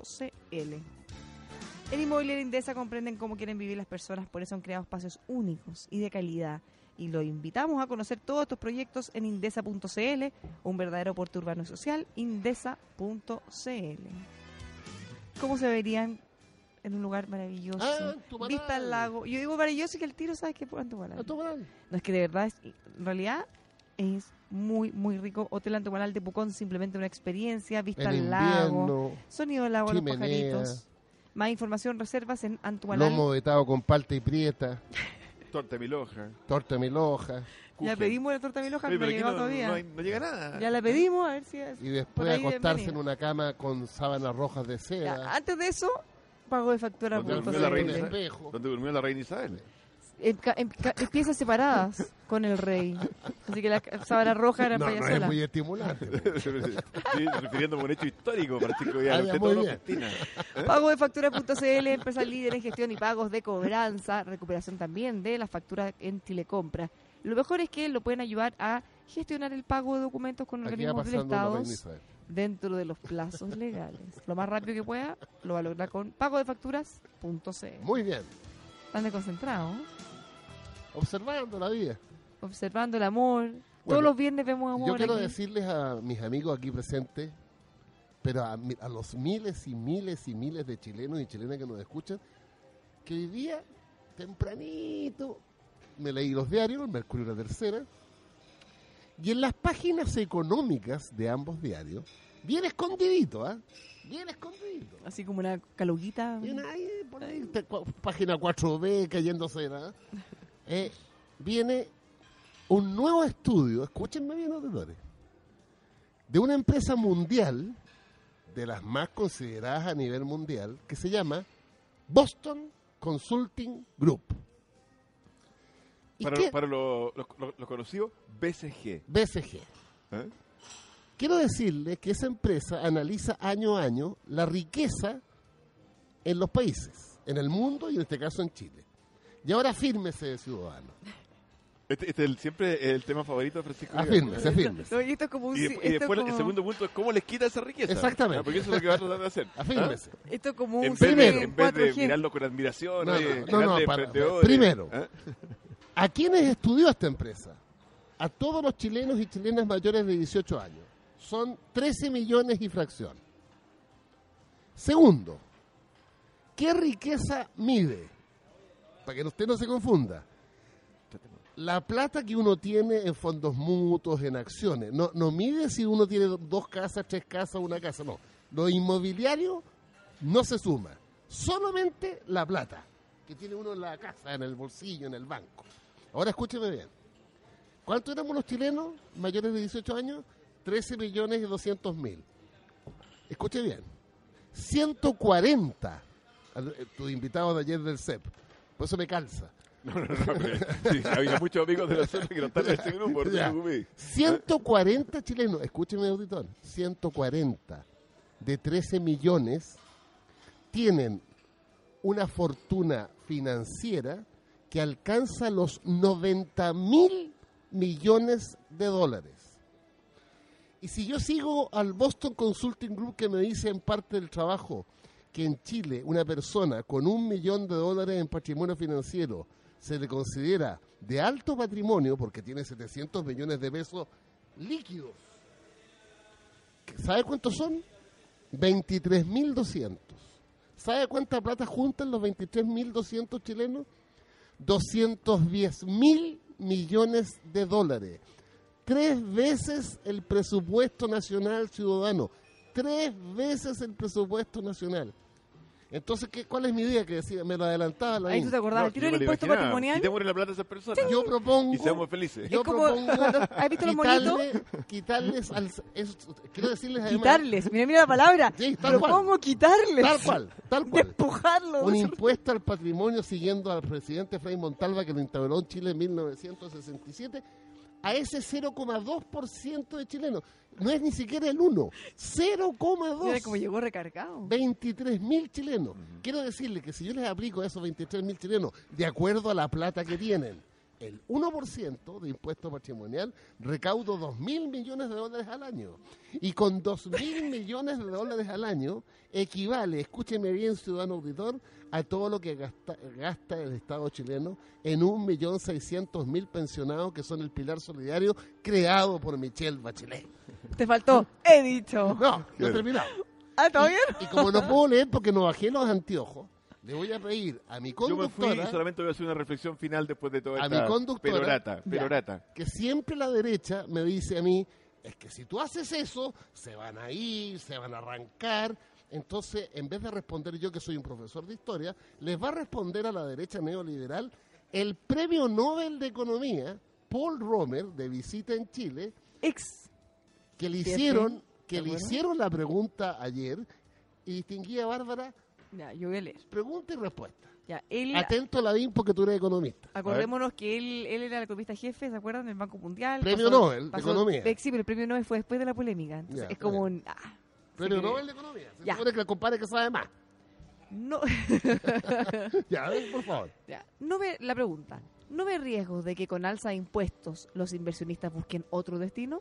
Speaker 1: En Inmobiliaria Indesa comprenden cómo quieren vivir las personas, por eso han creado espacios únicos y de calidad. Y lo invitamos a conocer todos estos proyectos en indesa.cl, un verdadero porte urbano y social, indesa.cl. ¿Cómo se verían en un lugar maravilloso?
Speaker 2: Ah, en Tumaral.
Speaker 1: Vista al lago. Yo digo maravilloso y que el tiro, ¿sabes qué? Por Antumaral.
Speaker 2: A tomar algo.
Speaker 1: No, es que de verdad, es- en realidad es muy, muy rico. Hotel Antumaral de Pucón, simplemente una experiencia, vista
Speaker 2: En
Speaker 1: al lago,
Speaker 2: invierno,
Speaker 1: sonido del agua, los
Speaker 2: chimenea.
Speaker 1: pajaritos. Más información, reservas en Antumaral.
Speaker 2: lomo vetado con palta y prieta,
Speaker 3: Torta Miloja.
Speaker 2: torta de mil hojas,
Speaker 1: Ya
Speaker 3: Kuchen.
Speaker 1: pedimos la torta de mil hojas,
Speaker 3: Oye,
Speaker 1: no
Speaker 3: pero aquí
Speaker 1: llegó
Speaker 3: no,
Speaker 1: todavía.
Speaker 3: no hay- no llega nada.
Speaker 1: Ya la pedimos, a ver si es-
Speaker 2: y
Speaker 1: por
Speaker 2: después
Speaker 1: ahí
Speaker 2: acostarse en
Speaker 1: bienvenida.
Speaker 2: una cama con sábanas rojas de
Speaker 1: Ya, ah,
Speaker 2: seda,
Speaker 1: Antes de eso, pago de factura.
Speaker 3: Donde
Speaker 1: punto
Speaker 3: durmió la
Speaker 1: CL.
Speaker 3: reina
Speaker 2: en el
Speaker 3: Isabel.
Speaker 2: espejo.
Speaker 3: ¿Dónde durmió la reina Isabel?
Speaker 1: En ca- en ca- en piezas separadas con el rey. Así que la ca- sábana roja era
Speaker 2: No,
Speaker 1: para ella
Speaker 2: no es
Speaker 1: sola.
Speaker 2: muy estimulante. po.
Speaker 3: Estoy refiriéndome a un hecho histórico, Francisco
Speaker 2: Ah,
Speaker 3: Vidal.
Speaker 2: ya,
Speaker 3: Usted
Speaker 2: muy
Speaker 3: todo lo
Speaker 2: bien.
Speaker 3: festina.
Speaker 1: Pago de factura.cl, empresa líder en gestión y pagos de cobranza, recuperación también de las facturas en Telecompra. Lo mejor es que lo pueden ayudar a gestionar el pago de documentos con
Speaker 2: Aquí va
Speaker 1: organismos del
Speaker 2: pasando una
Speaker 1: Estado
Speaker 2: reina Isabel.
Speaker 1: dentro de los plazos legales. Lo más rápido que pueda, lo va a lograr con pago de facturas.cl.
Speaker 2: Muy bien,
Speaker 1: e. Están desconcentrados,
Speaker 2: observando la vida.
Speaker 1: observando el amor.
Speaker 2: Bueno,
Speaker 1: Todos los viernes vemos amor.
Speaker 2: Yo quiero
Speaker 1: aquí.
Speaker 2: decirles a mis amigos aquí presentes, pero a, mi- a los miles y miles y miles de chilenos y chilenas que nos escuchan, que hoy día, tempranito, me leí los diarios, el Mercurio y la Tercera, y en las páginas económicas de ambos diarios, bien escondidito, ¿ah? Bien escondidito.
Speaker 1: Así como una caluguita.
Speaker 2: Y una ahí, por ahí, te- cua- página 4B cayéndose, ¿no? Eh, viene un nuevo estudio, escúchenme bien, auditores, de una empresa mundial, de las más consideradas a nivel mundial, que se llama Boston Consulting Group. ¿Y
Speaker 3: Para,
Speaker 2: qué?
Speaker 3: para los lo, lo- lo conocidos, BCG.
Speaker 2: BCG.
Speaker 3: ¿eh?
Speaker 2: Quiero decirle que esa empresa analiza año a año la riqueza en los países, en el mundo y en este caso en Chile. Y ahora fírmese, ciudadano.
Speaker 3: Este, este es el- siempre el tema favorito de Francisco Vidal.
Speaker 2: Afírmese, afírmese.
Speaker 1: No, y esto es como un.
Speaker 3: Y, de-
Speaker 1: ci-
Speaker 3: y
Speaker 1: esto es
Speaker 3: después el
Speaker 1: como-
Speaker 3: segundo punto es cómo les quita esa riqueza.
Speaker 2: Exactamente.
Speaker 3: Ah, Porque eso es lo que va a tratar de hacer.
Speaker 2: Afírmese.
Speaker 1: Esto es como
Speaker 3: ¿Ah?
Speaker 1: un.
Speaker 3: En vez, de,
Speaker 2: Primero.
Speaker 1: cine
Speaker 3: en vez de
Speaker 1: 4G.
Speaker 3: mirarlo con admiración,
Speaker 2: No, no,
Speaker 3: oye,
Speaker 2: no,
Speaker 3: grandes
Speaker 2: no, para-
Speaker 3: emprendedores,
Speaker 2: primero.
Speaker 3: ¿ah?
Speaker 2: ¿A quiénes estudió esta empresa? A todos los chilenos y chilenas mayores de 18 años. Son 13 millones y fracción. Segundo, ¿qué riqueza mide? Para que usted no se confunda. La plata que uno tiene en fondos mutuos, en acciones. No, no mide si uno tiene dos casas, tres casas, una casa. No. Lo inmobiliario no se suma. Solamente la plata que tiene uno en la casa, en el bolsillo, en el banco. Ahora escúcheme bien. ¿Cuánto éramos los chilenos mayores de 18 años? 13 millones y 200 mil. Escuche bien. 140. al- eh, Tus invitados de ayer del CEP. Por eso me calza.
Speaker 3: No, no, no, pero- sí, había muchos amigos de nosotros que no están en este grupo. no te
Speaker 2: Ya.
Speaker 3: preocupes.
Speaker 2: 140 chilenos, escúcheme auditor, 140 de 13 millones tienen una fortuna financiera que alcanza los 90 mil millones de dólares. Y si yo sigo al Boston Consulting Group que me dice en parte del trabajo que en Chile una persona con un millón de dólares en patrimonio financiero se le considera de alto patrimonio porque tiene 700 millones de pesos líquidos. ¿Sabe cuántos son? 23.200. ¿Sabe cuánta plata juntan los 23.200 chilenos? 210 mil millones de dólares. Tres veces el presupuesto nacional ciudadano. Tres veces el presupuesto nacional. Entonces, ¿qué, ¿cuál es mi idea? Que decía, me lo adelantaba la
Speaker 1: Ahí
Speaker 2: Inés.
Speaker 1: tú te acordabas, el
Speaker 3: yo
Speaker 1: tiro
Speaker 3: me
Speaker 1: del
Speaker 3: lo
Speaker 1: impuesto
Speaker 3: imaginaba.
Speaker 1: patrimonial.
Speaker 3: Quitémosle la plata a esas personas.
Speaker 2: Yo propongo.
Speaker 3: Y seamos felices.
Speaker 2: Yo
Speaker 1: es como
Speaker 2: propongo-
Speaker 1: cuando- ¿Has visto los monitos?
Speaker 2: quitarle, quitarles al. es- quiero decirles además.
Speaker 1: Quitarles, mira, mira la palabra.
Speaker 2: Sí, tal cual.
Speaker 1: Propongo quitarles.
Speaker 2: Tal cual, tal cual.
Speaker 1: Despojarlos.
Speaker 2: Un impuesto al patrimonio siguiendo al presidente Fray Montalva que lo instauró en Chile en 1967 a ese 0,2% de chilenos. No es ni siquiera el 1,
Speaker 1: Mira cómo
Speaker 2: 0,2.
Speaker 1: llegó recargado.
Speaker 2: 23.000 chilenos. Quiero decirle que si yo les aplico a esos 23.000 chilenos, de acuerdo a la plata que tienen, el 1% de impuesto patrimonial, recaudo 2.000 millones de dólares al año. Y con 2.000 millones de dólares al año, equivale, escúcheme bien, ciudadano auditor, a todo lo que gasta, gasta el Estado chileno en 1.600.000 pensionados que son el pilar solidario creado por Michelle Bachelet.
Speaker 1: Te faltó, he dicho.
Speaker 2: No, no he terminado.
Speaker 1: Ah, ¿todo bien?
Speaker 2: Y como no puedo leer porque no bajé los anteojos, le voy a pedir a mi
Speaker 3: Yo me fui y
Speaker 2: conductora
Speaker 3: solamente voy a hacer una reflexión final después de toda
Speaker 2: A
Speaker 3: esta
Speaker 2: mi conductora.
Speaker 3: perorata.
Speaker 2: Ya.
Speaker 3: perorata.
Speaker 2: que siempre la derecha me dice a mí, es que si tú haces eso, se van a ir, se van a arrancar. Entonces, en vez de responder yo, que soy un profesor de historia, les va a responder a la derecha neoliberal el premio Nobel de Economía, Paul Romer, de visita en Chile,
Speaker 1: Ex.
Speaker 2: que le
Speaker 1: Sí, sí.
Speaker 2: hicieron, que
Speaker 1: ¿Te
Speaker 2: le
Speaker 1: acuerdas?
Speaker 2: hicieron la pregunta ayer, y distinguía Bárbara,
Speaker 1: Ya, yo voy a leer.
Speaker 2: pregunta y respuesta.
Speaker 1: Ya, él,
Speaker 2: Atento, Lavín, porque tú eres economista.
Speaker 1: acordémonos que él, él era el economista jefe, ¿se acuerdan? Del Banco Mundial.
Speaker 2: Premio Nobel de Economía.
Speaker 1: eh, Sí, pero el premio Nobel fue después de la polémica. Entonces,
Speaker 2: Ya,
Speaker 1: es
Speaker 2: está
Speaker 1: como un... ah,
Speaker 2: Premio
Speaker 1: sí que-
Speaker 2: Nobel de Economía. Se
Speaker 1: Ya.
Speaker 2: supone que el compadre que sabe más.
Speaker 1: No,
Speaker 2: Ya, a ver, por favor.
Speaker 1: ya. no ve la pregunta. ¿No ve riesgos de que con alza de impuestos los inversionistas busquen otro destino?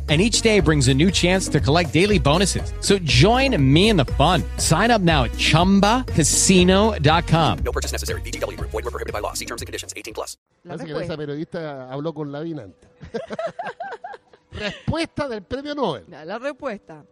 Speaker 4: And each day brings a new chance to collect daily bonuses. So join me in the fun. Sign up now at chumbacasino.com.
Speaker 7: No purchase necessary. VGW Group. Void were prohibited by law. See terms and conditions. 18 plus.
Speaker 1: La
Speaker 2: Parece que
Speaker 1: respuesta.
Speaker 2: esa periodista habló con Lavín antes. Respuesta del premio Nobel.
Speaker 1: Ya, La respuesta.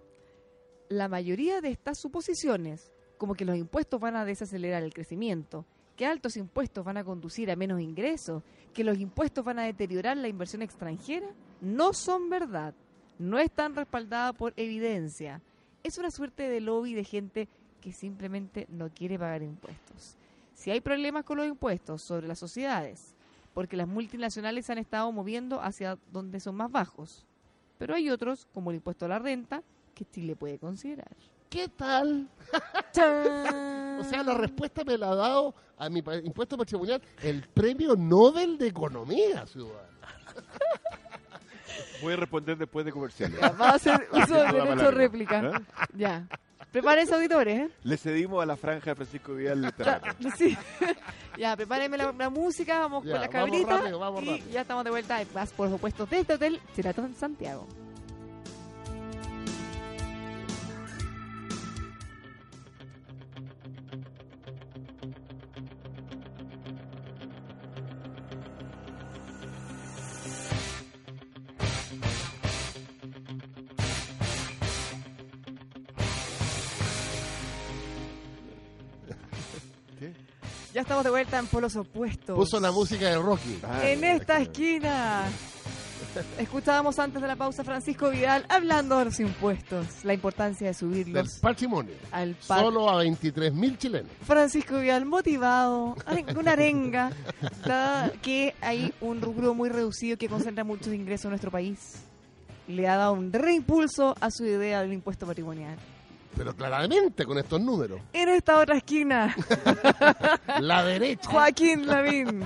Speaker 1: La mayoría de estas suposiciones, como que los impuestos van a desacelerar el crecimiento, que altos impuestos van a conducir a menos ingresos, que los impuestos van a deteriorar la inversión extranjera, no son verdad. No están respaldadas por evidencia. Es una suerte de lobby de gente que simplemente no quiere pagar impuestos. Si hay problemas con los impuestos sobre las sociedades, porque las multinacionales se han estado moviendo hacia donde son más bajos, pero hay otros, como el impuesto a la renta, que Chile puede considerar.
Speaker 2: ¿Qué tal?
Speaker 1: ¡Chan!
Speaker 2: O sea, la respuesta me la ha dado a mi pa- impuesto patrimonial el premio Nobel de Economía, ciudadano.
Speaker 3: Voy a responder después de comerciales.
Speaker 1: Ya, va a hacer uso
Speaker 3: Toda
Speaker 1: del
Speaker 3: la
Speaker 1: derecho
Speaker 3: palabra.
Speaker 1: réplica.
Speaker 3: ¿Ah?
Speaker 2: ¿Eh?
Speaker 1: Ya. Prepárense, auditores. ¿eh?
Speaker 3: Le cedimos a la franja de Francisco Vidal el
Speaker 1: Ya,
Speaker 3: terreno.
Speaker 1: sí. Ya, prepárenme la, la música, vamos
Speaker 2: Ya,
Speaker 1: con la
Speaker 2: vamos
Speaker 1: cabrita.
Speaker 2: rápido, vamos
Speaker 1: y
Speaker 2: rápido.
Speaker 1: ya estamos de vuelta, más por supuesto, desde Hotel Ceratón Santiago. Ya estamos de vuelta en Polos Opuestos.
Speaker 2: Puso la música de Rocky.
Speaker 1: En esta esquina. Escuchábamos antes de la pausa a Francisco Vidal hablando de los impuestos, la importancia de
Speaker 2: Del
Speaker 1: subirlos
Speaker 2: patrimonio.
Speaker 1: al par.
Speaker 2: Solo a 23 mil chilenos.
Speaker 1: Francisco Vidal motivado, are- una arenga, dada que hay un rubro muy reducido que concentra muchos ingresos en nuestro país. Le ha dado un reimpulso a su idea del impuesto patrimonial.
Speaker 2: pero claramente con estos números.
Speaker 1: En esta otra esquina,
Speaker 2: La derecha.
Speaker 1: Joaquín Lavín.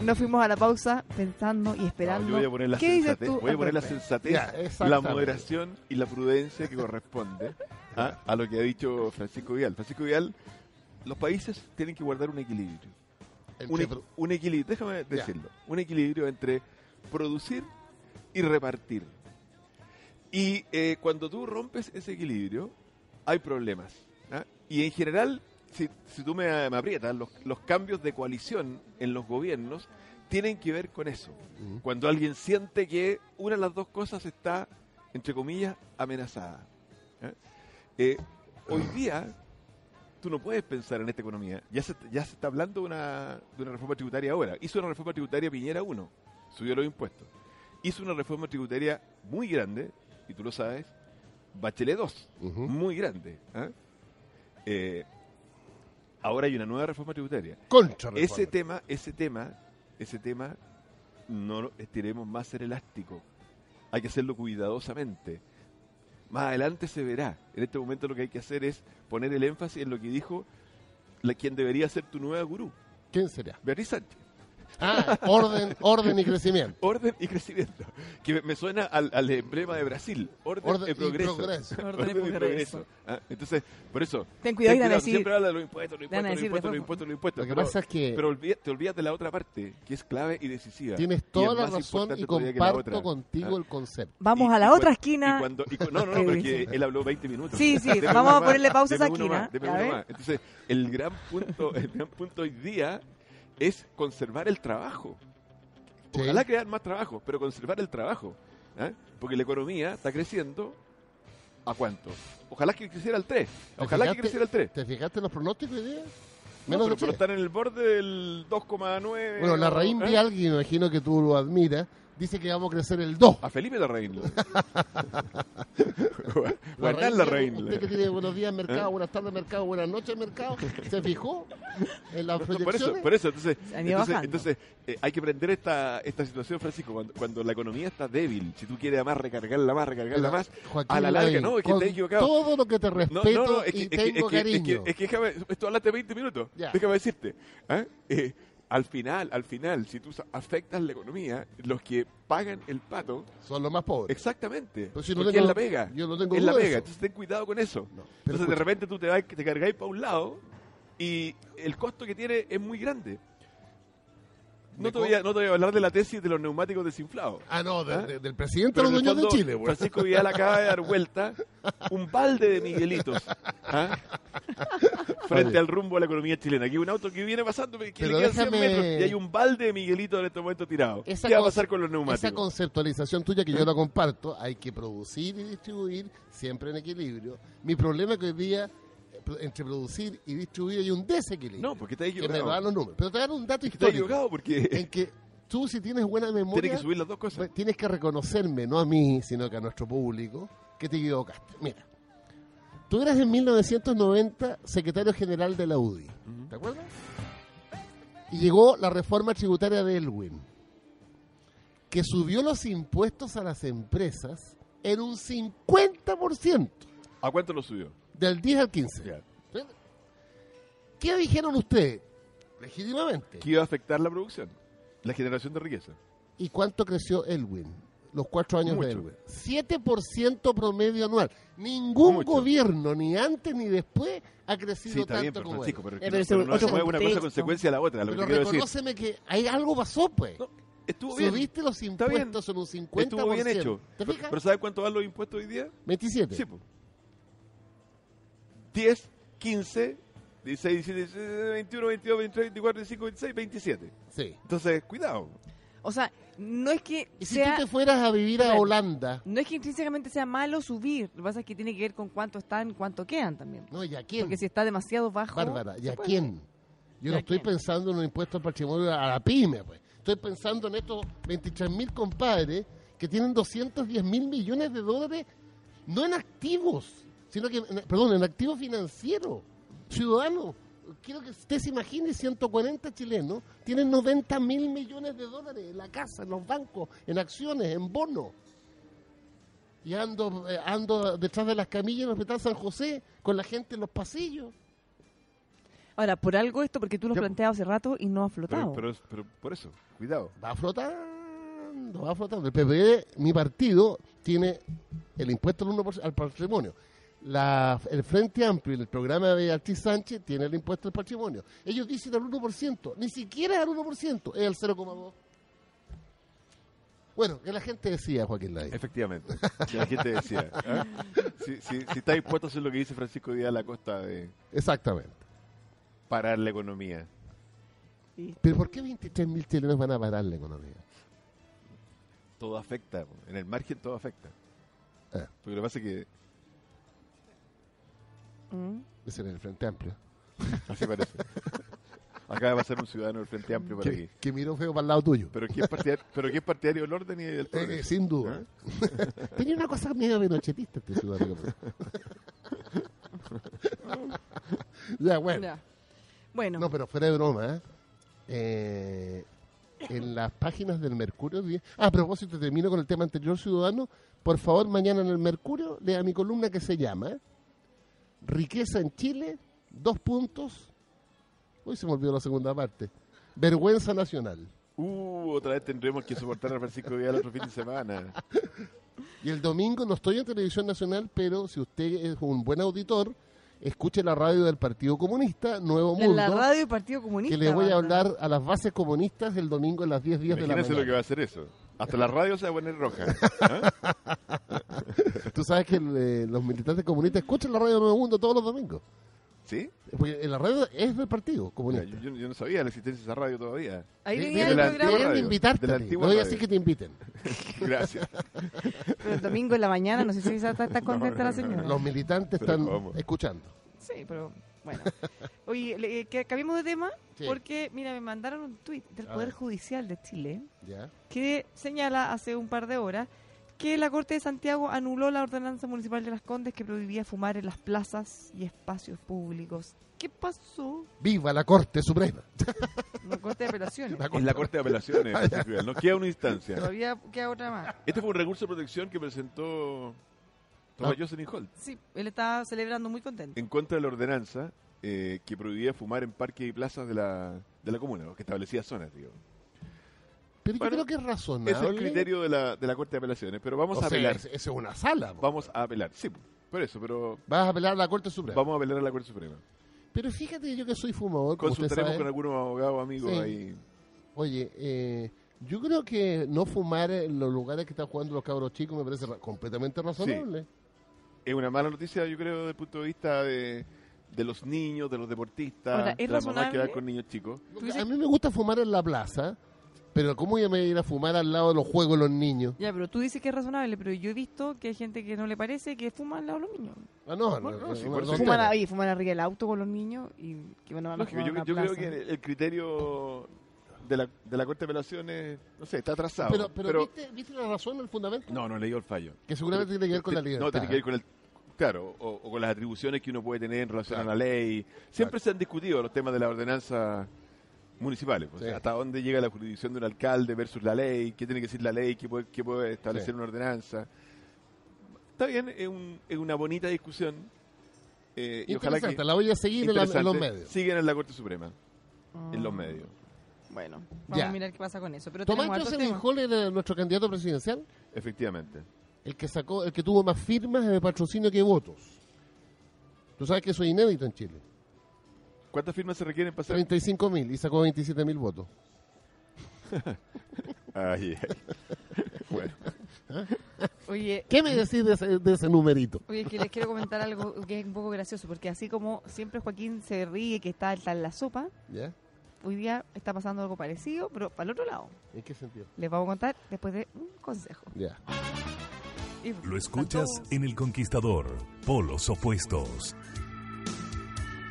Speaker 1: Nos fuimos a la pausa pensando y
Speaker 3: No,
Speaker 1: esperando.
Speaker 3: yo voy a poner la
Speaker 1: ¿Qué dices
Speaker 3: sensatez,
Speaker 1: tú?
Speaker 3: voy a poner la,
Speaker 1: Espera,
Speaker 3: sensatez,
Speaker 2: Ya, exactamente.
Speaker 3: la moderación y la prudencia que corresponde ¿ah? a, a lo que ha dicho Francisco Vial. Francisco Vial, los países tienen que guardar un equilibrio.
Speaker 2: Entre
Speaker 3: Un,
Speaker 2: pro-
Speaker 3: equ- un equilibrio, déjame decirlo, un equilibrio entre producir y repartir. Y eh, cuando tú rompes ese equilibrio, hay problemas. ¿ah? Y en general, si, si tú me, me aprietas, los, los cambios de coalición en los gobiernos tienen que ver con eso. Cuando alguien siente que una de las dos cosas está, entre comillas, amenazada. ¿eh? Eh, hoy día, tú no puedes pensar en esta economía. Ya se, ya se está hablando de una, de una reforma tributaria ahora. Hizo una reforma tributaria Piñera 1, subió los impuestos. Hizo una reforma tributaria muy grande, y tú lo sabes, Bachelet 2,
Speaker 2: Ujú.
Speaker 3: muy grande. ¿ah? Eh, ahora hay una nueva reforma tributaria.
Speaker 2: Contra
Speaker 3: Ese tema, ese tema, ese tema, no lo estiremos más el elástico. Hay que hacerlo cuidadosamente. Más adelante se verá. En este momento lo que hay que hacer es poner el énfasis en lo que dijo la, quien debería ser tu nueva gurú,
Speaker 2: ¿Quién sería?
Speaker 3: Beatriz Sánchez.
Speaker 2: Ah, orden, orden y crecimiento.
Speaker 3: Orden y crecimiento. Que me- me suena al, al emblema de Brasil. Orden,
Speaker 2: Orden
Speaker 3: y
Speaker 2: y
Speaker 3: progreso.
Speaker 2: progreso.
Speaker 1: Orden y progreso.
Speaker 3: Ah, Entonces, por eso.
Speaker 1: Ten cuidado, y van a decir-
Speaker 3: Siempre habla de los impuestos, los
Speaker 1: van a
Speaker 3: impuestos, los
Speaker 1: decir
Speaker 3: impuestos, los
Speaker 1: después,
Speaker 3: impuestos, los impuestos.
Speaker 2: Lo que
Speaker 3: pero-
Speaker 2: pasa es que
Speaker 3: Pero olvida- te olvidas de la otra parte, que es clave y decisiva.
Speaker 2: tienes
Speaker 3: Y es
Speaker 2: toda la
Speaker 3: más
Speaker 2: razón
Speaker 3: importante
Speaker 2: y
Speaker 3: todavía que la
Speaker 2: comparto
Speaker 3: otra.
Speaker 2: contigo
Speaker 3: Ah.
Speaker 2: el concepto.
Speaker 1: Vamos
Speaker 3: Y-
Speaker 1: a la
Speaker 3: y
Speaker 1: otra
Speaker 3: cuan-
Speaker 1: esquina.
Speaker 3: y cuando- y cu- no, no, no,
Speaker 1: ¿Qué
Speaker 3: pero es
Speaker 1: dice?
Speaker 3: que él habló 20 minutos.
Speaker 1: Sí, sí,
Speaker 3: Deme
Speaker 1: vamos
Speaker 3: uno
Speaker 1: a ponerle pausa a esa
Speaker 3: deme uno
Speaker 1: esquina.
Speaker 3: más, deme
Speaker 1: A
Speaker 3: uno
Speaker 1: ver.
Speaker 3: más. Entonces, el gran, punto, el gran punto hoy día es conservar el trabajo.
Speaker 2: Sí.
Speaker 3: Ojalá crear más trabajo, pero conservar el trabajo. ¿ah? Porque la economía está creciendo a cuánto. Ojalá que creciera al 3.
Speaker 2: ¿Te
Speaker 3: Ojalá que
Speaker 2: fijaste-
Speaker 3: creciera al 3.
Speaker 2: ¿Te fijaste en los pronósticos hoy día?
Speaker 3: No,
Speaker 2: Menos de
Speaker 3: pero, pero
Speaker 2: tres.
Speaker 3: están en el borde del 2,9.
Speaker 2: Bueno, la Raín
Speaker 3: ¿eh?
Speaker 2: Vial, que imagino que tú lo admiras, dice que vamos a crecer el 2.
Speaker 3: ¿Eh? A Felipe Larraín.
Speaker 2: Raín
Speaker 3: Guardar
Speaker 2: Vial,
Speaker 3: Larraín.
Speaker 2: Usted que tiene buenos días
Speaker 3: ¿Eh?
Speaker 2: mercado, buenas tardes mercado, buenas noches mercado, ¿se fijó en las
Speaker 3: No, por eso,
Speaker 2: proyecciones?
Speaker 3: por eso. Entonces,
Speaker 1: Se han ido
Speaker 3: entonces,
Speaker 1: bajando.
Speaker 3: entonces, eh, hay que aprender esta, esta situación, Francisco. Cuando, cuando la economía está débil, si tú quieres además recargarla más, recargarla más,
Speaker 2: Joaquín
Speaker 3: a la larga,
Speaker 2: Lavín,
Speaker 3: no, es que
Speaker 2: con
Speaker 3: te he equivocado.
Speaker 2: Todo lo que te
Speaker 3: No,
Speaker 2: respeto
Speaker 3: no, no, es que,
Speaker 2: y
Speaker 3: es que- es que-
Speaker 2: tengo
Speaker 3: es que-
Speaker 2: cariño.
Speaker 3: es que déjame, esto hablaste 20 minutos,
Speaker 2: Ya.
Speaker 3: déjame decirte. ¿ah? Eh, al final, al final, si tú sa- afectas la economía, los que pagan el pato,
Speaker 2: Son los más pobres.
Speaker 3: exactamente,
Speaker 2: Pero si no
Speaker 3: porque
Speaker 2: tengo-
Speaker 3: es la pega,
Speaker 2: yo no tengo
Speaker 3: es la
Speaker 2: duda de
Speaker 3: pega,
Speaker 2: eso.
Speaker 3: entonces ten cuidado con eso.
Speaker 2: No, pero
Speaker 3: entonces de
Speaker 2: escucha.
Speaker 3: repente tú te, vas, te cargáis para un lado y el costo que tiene es muy grande. No
Speaker 2: ¿De
Speaker 3: te, voy a, no te voy a hablar de la tesis de los neumáticos desinflados.
Speaker 2: Ah, no, de-
Speaker 3: ¿Ah?
Speaker 2: de- del presidente de
Speaker 3: Pero
Speaker 2: los
Speaker 3: en el
Speaker 2: dueños de
Speaker 3: fondo,
Speaker 2: Chile, pues. güey.
Speaker 3: Francisco Vidal acaba de dar vuelta un balde de Miguelitos ¿ah? frente al rumbo de la economía chilena. Aquí hay un auto que viene pasando que
Speaker 2: Pero
Speaker 3: le quedan 100
Speaker 2: déjame-
Speaker 3: metros y hay un balde de Miguelitos en este momento tirado.
Speaker 2: Esa
Speaker 3: ¿Qué va a
Speaker 2: con-
Speaker 3: pasar con los
Speaker 2: Esa
Speaker 3: neumáticos?
Speaker 2: conceptualización tuya
Speaker 3: ¿Eh?
Speaker 2: que yo la comparto, hay que producir y distribuir siempre en equilibrio. Mi problema es que hoy día eh, pro- entre producir y distribuir hay un desequilibrio.
Speaker 3: No, porque está
Speaker 2: que me lo dan
Speaker 3: equivocado.
Speaker 2: los números. Pero te dan un dato
Speaker 3: Está
Speaker 2: histórico
Speaker 3: equivocado
Speaker 2: en
Speaker 3: porque
Speaker 2: que tú si tienes buena memoria
Speaker 3: tiene que subir las dos
Speaker 2: Pues
Speaker 3: cosas.
Speaker 2: tienes que reconocerme, no a mí, sino que a nuestro público, que te equivocaste. Mira, tú eras en 1990 secretario general de la UDI, ¿te acuerdas? Y llegó la reforma tributaria de Elwin, que subió los impuestos a las empresas en un 50%,
Speaker 3: ¿A cuánto lo subió?
Speaker 2: del 10 al 15.
Speaker 3: Ya.
Speaker 2: ¿Qué dijeron ustedes? Legítimamente.
Speaker 3: ¿Qué iba a afectar la producción? La generación de riqueza.
Speaker 2: ¿Y cuánto creció Elwin? Los cuatro años de
Speaker 3: Mucho.
Speaker 2: Elwin. 7% promedio anual. Ningún
Speaker 3: Mucho.
Speaker 2: gobierno, ni antes ni después, ha crecido
Speaker 3: Sí, está
Speaker 2: tanto
Speaker 3: bien, pero
Speaker 2: como
Speaker 3: Francisco,
Speaker 2: él.
Speaker 3: pero, es
Speaker 1: Eh,
Speaker 3: que
Speaker 1: pero
Speaker 3: no-
Speaker 1: ese
Speaker 3: pero no
Speaker 1: otro
Speaker 3: se mueve una cosa
Speaker 1: contexto.
Speaker 3: consecuencia a la otra. Lo
Speaker 2: Pero
Speaker 3: que te quiero decir.
Speaker 2: reconóceme que hay algo pasó, pues.
Speaker 3: No, estuvo bien.
Speaker 2: Subiste los
Speaker 3: Está bien.
Speaker 2: impuestos en un 50%.
Speaker 3: Estuvo bien hecho.
Speaker 2: ¿Te
Speaker 3: Pero,
Speaker 2: fijas?
Speaker 3: pero ¿sabes cuánto van los impuestos hoy día?
Speaker 2: 27.
Speaker 3: Sí, po. 10, 15, 16, 17, 18, 21, 22, 23, 24, 25, 26, 27.
Speaker 2: Sí.
Speaker 3: Entonces, cuidado.
Speaker 1: O sea, no es que
Speaker 2: Y si
Speaker 1: sea,
Speaker 2: tú te fueras a vivir a
Speaker 1: Espérate.
Speaker 2: Holanda,
Speaker 1: no es que intrínsecamente sea malo subir. Lo que pasa es que tiene que ver con cuánto están, cuánto quedan también.
Speaker 2: ¿no? ¿Y a quién?
Speaker 1: Porque si está demasiado bajo.
Speaker 2: Bárbara, ¿y
Speaker 1: se
Speaker 2: a
Speaker 1: puede.
Speaker 2: quién? Yo no
Speaker 1: ¿Y a
Speaker 2: estoy
Speaker 1: quién?
Speaker 2: pensando en un impuesto al patrimonio a la pyme, pues. Estoy pensando en estos 23 mil compadres que tienen 210 mil millones de dólares, no en activos, sino que, en- perdón, en activos financieros, ciudadanos. Quiero que usted se imagine 140 chilenos tienen 90 mil millones de dólares en la casa, en los bancos, en acciones, en bonos. y ando, eh, ando detrás de las camillas en el Hospital San José con la gente en los pasillos.
Speaker 1: Ahora, por algo esto, porque tú lo
Speaker 3: Ya,
Speaker 1: has
Speaker 2: pues.
Speaker 1: planteado hace rato y no ha flotado.
Speaker 3: Pero, pero, pero por eso, cuidado.
Speaker 2: Va flotando, va flotando. El PPD, mi partido, tiene el impuesto al, 1% al patrimonio. La, el Frente Amplio y el programa de Artis Sánchez tiene el impuesto al patrimonio. Ellos dicen al 1%, ni siquiera es al 1%, es al 0,2%. Bueno, que la gente decía, Joaquín Lai.
Speaker 3: Efectivamente. La gente decía. ¿ah? Si, si, si está dispuesto a hacer lo que dice Francisco Díaz Lacosta de
Speaker 2: Exactamente.
Speaker 3: parar la economía.
Speaker 2: Pero ¿por qué 23.000 chilenos van a parar la economía?
Speaker 3: todo afecta. po. En el margen todo afecta.
Speaker 2: Eh.
Speaker 3: Porque lo que pasa es que
Speaker 1: Mm.
Speaker 2: Ese era el Frente Amplio.
Speaker 3: así parece. Acaba de pasar un ciudadano del Frente Amplio por aquí.
Speaker 2: Que, que miró feo para el lado tuyo.
Speaker 3: Pero ¿quién es partidario, pero ¿quién es partidario del orden y del
Speaker 2: Eh, eh,
Speaker 3: progreso?
Speaker 2: sin duda. Tenía una cosa medio pinochetista este ciudadano. ya, bueno.
Speaker 1: Ya. Bueno,
Speaker 2: eh. No, pero fuera de broma, ¿eh? Eh, en las páginas del Mercurio. di- Ah, a propósito, termino con el tema anterior, ciudadano. Por favor, mañana en el Mercurio, lea mi columna que se llama ¿eh? Riqueza en Chile, dos puntos. Uy, se me olvidó la segunda parte. Vergüenza nacional.
Speaker 3: Uh, otra vez tendremos que soportar a Francisco Díaz el otro fin de semana.
Speaker 2: Y el domingo no estoy en televisión nacional, pero si usted es un buen auditor, escuche la radio del Partido Comunista, Nuevo
Speaker 1: en
Speaker 2: Mundo,
Speaker 1: la radio y Partido Comunista.
Speaker 2: que le voy a
Speaker 1: banda.
Speaker 2: hablar a las bases comunistas el domingo a las 10 días de la
Speaker 3: Imagínense
Speaker 2: mañana.
Speaker 3: lo que va a hacer eso. Hasta la radio se va a poner roja.
Speaker 2: Tú sabes que eh, los militantes comunistas escuchan la radio Nuevo Mundo todos los domingos.
Speaker 3: ¿Sí?
Speaker 2: Porque la radio es del Partido
Speaker 3: Mira,
Speaker 2: Comunista.
Speaker 3: yo, yo- yo no sabía la existencia de esa radio todavía.
Speaker 1: Ahí
Speaker 2: De-
Speaker 1: venía
Speaker 3: de
Speaker 1: el
Speaker 3: la
Speaker 1: programa,
Speaker 3: antigua
Speaker 2: Deberían
Speaker 3: radio,
Speaker 2: invitarte.
Speaker 3: de la
Speaker 2: Le
Speaker 3: antigua
Speaker 2: voy a
Speaker 3: radio.
Speaker 2: decir que te inviten.
Speaker 3: Gracias.
Speaker 1: pero el domingo en la mañana, no sé si está, está contenta la señora.
Speaker 2: Los militantes
Speaker 3: Pero
Speaker 2: están
Speaker 3: ¿cómo?
Speaker 2: escuchando.
Speaker 1: Sí, pero bueno. Oye, le- eh, que cambiemos de tema,
Speaker 2: Sí.
Speaker 1: porque mira, me mandaron un tuit del
Speaker 2: A
Speaker 1: Poder
Speaker 2: ver.
Speaker 1: Judicial de Chile
Speaker 2: ¿Ya?
Speaker 1: que señala hace un par de horas que la Corte de Santiago anuló la ordenanza municipal de las Condes que prohibía fumar en las plazas y espacios públicos. ¿Qué pasó?
Speaker 2: ¡Viva la Corte Suprema!
Speaker 1: La Corte de Apelaciones.
Speaker 3: En la Corte de Apelaciones. Francisco Vidal. No queda una instancia.
Speaker 1: Todavía queda otra más.
Speaker 3: Este fue un recurso de protección que presentó
Speaker 2: Ah.
Speaker 3: Thomas Jocelyn Holt.
Speaker 1: Sí, él estaba celebrando muy contento.
Speaker 3: en contra de la ordenanza eh, que prohibía fumar en parques y plazas de la, de la comuna, o que establecía zonas, digo.
Speaker 2: Pero yo
Speaker 3: Bueno,
Speaker 2: creo que es razonable.
Speaker 3: Ese es el criterio de la, de la Corte de Apelaciones, pero vamos
Speaker 2: O
Speaker 3: a
Speaker 2: sea,
Speaker 3: apelar.
Speaker 2: es- esa es una sala. po.
Speaker 3: Vamos a apelar, sí, por eso, pero
Speaker 2: Vas a apelar a la Corte Suprema.
Speaker 3: vamos a apelar a la Corte Suprema.
Speaker 2: Pero fíjate yo que soy fumador, como usted
Speaker 3: Consultaremos
Speaker 2: sabe.
Speaker 3: con algunos abogados, amigos
Speaker 2: Sí.
Speaker 3: ahí.
Speaker 2: Oye, eh, yo creo que no fumar en los lugares que están jugando los cabros chicos me parece ra- completamente razonable.
Speaker 3: Es una mala noticia, yo creo, desde el punto de vista de, de los niños, de los deportistas,
Speaker 1: Ahora, ¿es
Speaker 3: de la mamá que va
Speaker 1: razonable?
Speaker 3: con niños chicos.
Speaker 2: Porque
Speaker 1: Tú dices-
Speaker 2: A mí me gusta fumar en la plaza, pero ¿cómo yo me voy a ir a fumar al lado de los juegos de los niños?
Speaker 1: Ya, pero tú dices que es razonable, pero yo he visto que hay gente que no le parece que fuma al lado de los niños.
Speaker 2: Ah, no,
Speaker 3: Bueno,
Speaker 2: no,
Speaker 3: no, sí,
Speaker 2: no,
Speaker 3: por
Speaker 2: no,
Speaker 3: eso-
Speaker 2: no.
Speaker 1: Fuman ahí, fuman arriba del auto con los niños y que bueno, van a
Speaker 3: Lógico,
Speaker 1: fumar
Speaker 3: yo,
Speaker 1: en
Speaker 3: yo
Speaker 1: una
Speaker 3: creo que
Speaker 1: plaza.
Speaker 3: el, el criterio de la, de la Corte de Apelaciones, no sé, está atrasado.
Speaker 2: Pero, pero, ¿viste, viste la razón, el fundamento?
Speaker 3: No, no leí el fallo.
Speaker 2: Que seguramente tiene que ver con la libertad.
Speaker 3: No, tiene que ver con el. Claro, o, o con las atribuciones que uno puede tener en relación a la ley. Siempre se han discutido los temas de las ordenanzas municipales. pues,
Speaker 2: Sí.
Speaker 3: Hasta dónde llega la jurisdicción de un alcalde versus la ley, qué tiene que decir la ley, qué puede, qué puede establecer
Speaker 2: Sí.
Speaker 3: una ordenanza. Está bien, es, un- es una bonita discusión. eh, y ojalá que.
Speaker 2: Interesante, la voy a seguir en, la- en los
Speaker 3: interesante,
Speaker 2: medios. Ah.
Speaker 3: Siguen en la Corte Suprema, en los medios.
Speaker 1: Bueno, vamos
Speaker 2: Ya.
Speaker 1: a mirar qué pasa con eso. Pero
Speaker 2: Tomás
Speaker 1: tenemos hartos
Speaker 2: Jocelyn
Speaker 1: temas.
Speaker 2: Hall era nuestro candidato presidencial,
Speaker 3: Efectivamente.
Speaker 2: el que sacó, el que tuvo más firmas de patrocinio que votos. Tú sabes que eso es inédito en Chile.
Speaker 3: ¿Cuántas firmas se requieren para hacer?
Speaker 2: 35 mil y sacó 27 mil votos.
Speaker 3: Ay, ay. bueno.
Speaker 1: Oye,
Speaker 2: ¿Qué me decís de ese, de ese numerito?
Speaker 1: Oye, es que les quiero comentar algo que es un poco gracioso, porque así como siempre Joaquín se ríe que está, está en la sopa,
Speaker 2: ¿Ya?
Speaker 1: hoy día está pasando algo parecido, pero para el otro lado.
Speaker 2: ¿En qué sentido?
Speaker 1: Les vamos a contar después de un consejo.
Speaker 2: Ya.
Speaker 1: Y-
Speaker 6: Lo escuchas
Speaker 1: Tanto-
Speaker 6: en El Conquistador, polos opuestos.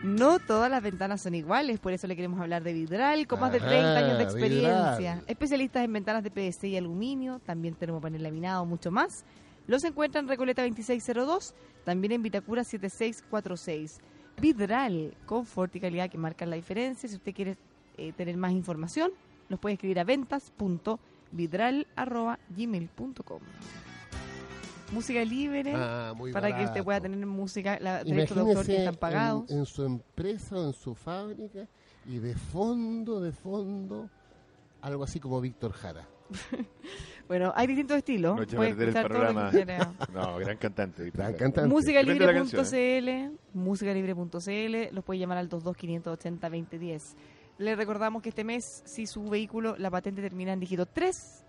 Speaker 1: No todas las ventanas son iguales, por eso le queremos hablar de Vidral, con más de
Speaker 2: Ajá,
Speaker 1: 30 años de experiencia.
Speaker 2: Ah, Vidral.
Speaker 1: Especialistas en ventanas de PVC y aluminio, también termopanel laminado, mucho más. Los encuentran en Recoleta 2602, también en Vitacura 7646. Vidral, confort y calidad que marcan la diferencia. Si usted quiere eh, tener más información, nos puede escribir a ventas.vidral.gmail.com. música libre
Speaker 2: Ah, muy
Speaker 1: para que usted
Speaker 2: barato.
Speaker 1: pueda tener música, la derechos de autor que
Speaker 2: Imagínese
Speaker 1: están pagados.
Speaker 2: En, en su empresa o en su fábrica y de fondo, de fondo, algo así como Víctor Jara.
Speaker 1: Bueno, hay distintos estilos.
Speaker 3: No eche a
Speaker 1: Puede
Speaker 3: perder el
Speaker 1: escuchar todo lo que
Speaker 3: programa.
Speaker 1: quiera.
Speaker 3: No, gran cantante. Víctor
Speaker 2: Gran
Speaker 3: Jara.
Speaker 2: cantante.
Speaker 3: Depende de la canción, ¿eh?
Speaker 1: Musicalibre.cl, musicalibre.cl, los puede llamar al 22-580-2010. Le recordamos que este mes, si su vehículo, la patente termina en dígito 3,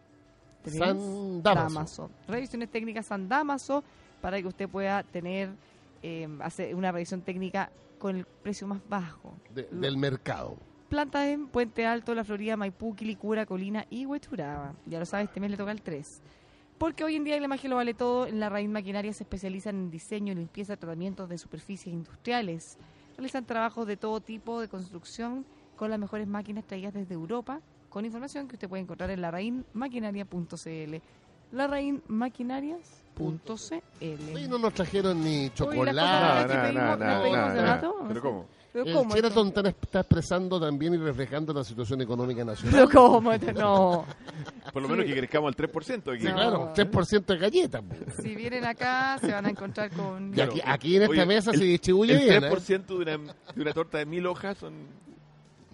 Speaker 2: San Damaso.
Speaker 1: Revisiones técnicas San Damaso, para que usted pueda tener, eh, hacer una revisión técnica con el precio más bajo.
Speaker 2: de-
Speaker 1: Lo-
Speaker 2: del mercado.
Speaker 1: Plantas en Puente Alto, La Florida, Maipú, Quilicura, Colina y Huechuraba. Ya lo sabes, este mes le toca el 3. Porque hoy en día la magia lo vale todo. En la raíz maquinaria se especializan en diseño, limpieza, tratamientos de superficies industriales. Realizan trabajos de todo tipo de construcción con las mejores máquinas traídas desde Europa, con información que usted puede encontrar en larainmaquinaria.cl.
Speaker 2: Hoy
Speaker 1: Larainmaquinarias.cl.
Speaker 2: no nos trajeron ni
Speaker 3: No,
Speaker 2: chocolate.
Speaker 1: que
Speaker 3: no, no,
Speaker 1: Ah, pedimos- las
Speaker 3: no,
Speaker 1: pedimos
Speaker 3: no,
Speaker 1: hace
Speaker 3: no.
Speaker 1: rato, o
Speaker 3: Pero
Speaker 1: sea,
Speaker 3: cómo.
Speaker 1: Pero
Speaker 2: El
Speaker 1: ¿cómo esto?
Speaker 2: Sheraton tan- está expresando también y reflejando la situación económica nacional.
Speaker 1: Pero ¿cómo esto? No.
Speaker 3: Por lo menos
Speaker 1: Sí.
Speaker 3: que crezcamos al 3% aquí.
Speaker 2: Sí,
Speaker 1: No.
Speaker 2: claro, 3% de galletas. po.
Speaker 1: Si vienen acá, se van a encontrar con...
Speaker 2: Y aquí, aquí en esta
Speaker 3: Oye,
Speaker 2: mesa
Speaker 3: el-
Speaker 2: se distribuye
Speaker 3: El
Speaker 2: bien, ¿eh?
Speaker 3: 3% de una, de una torta de mil hojas son...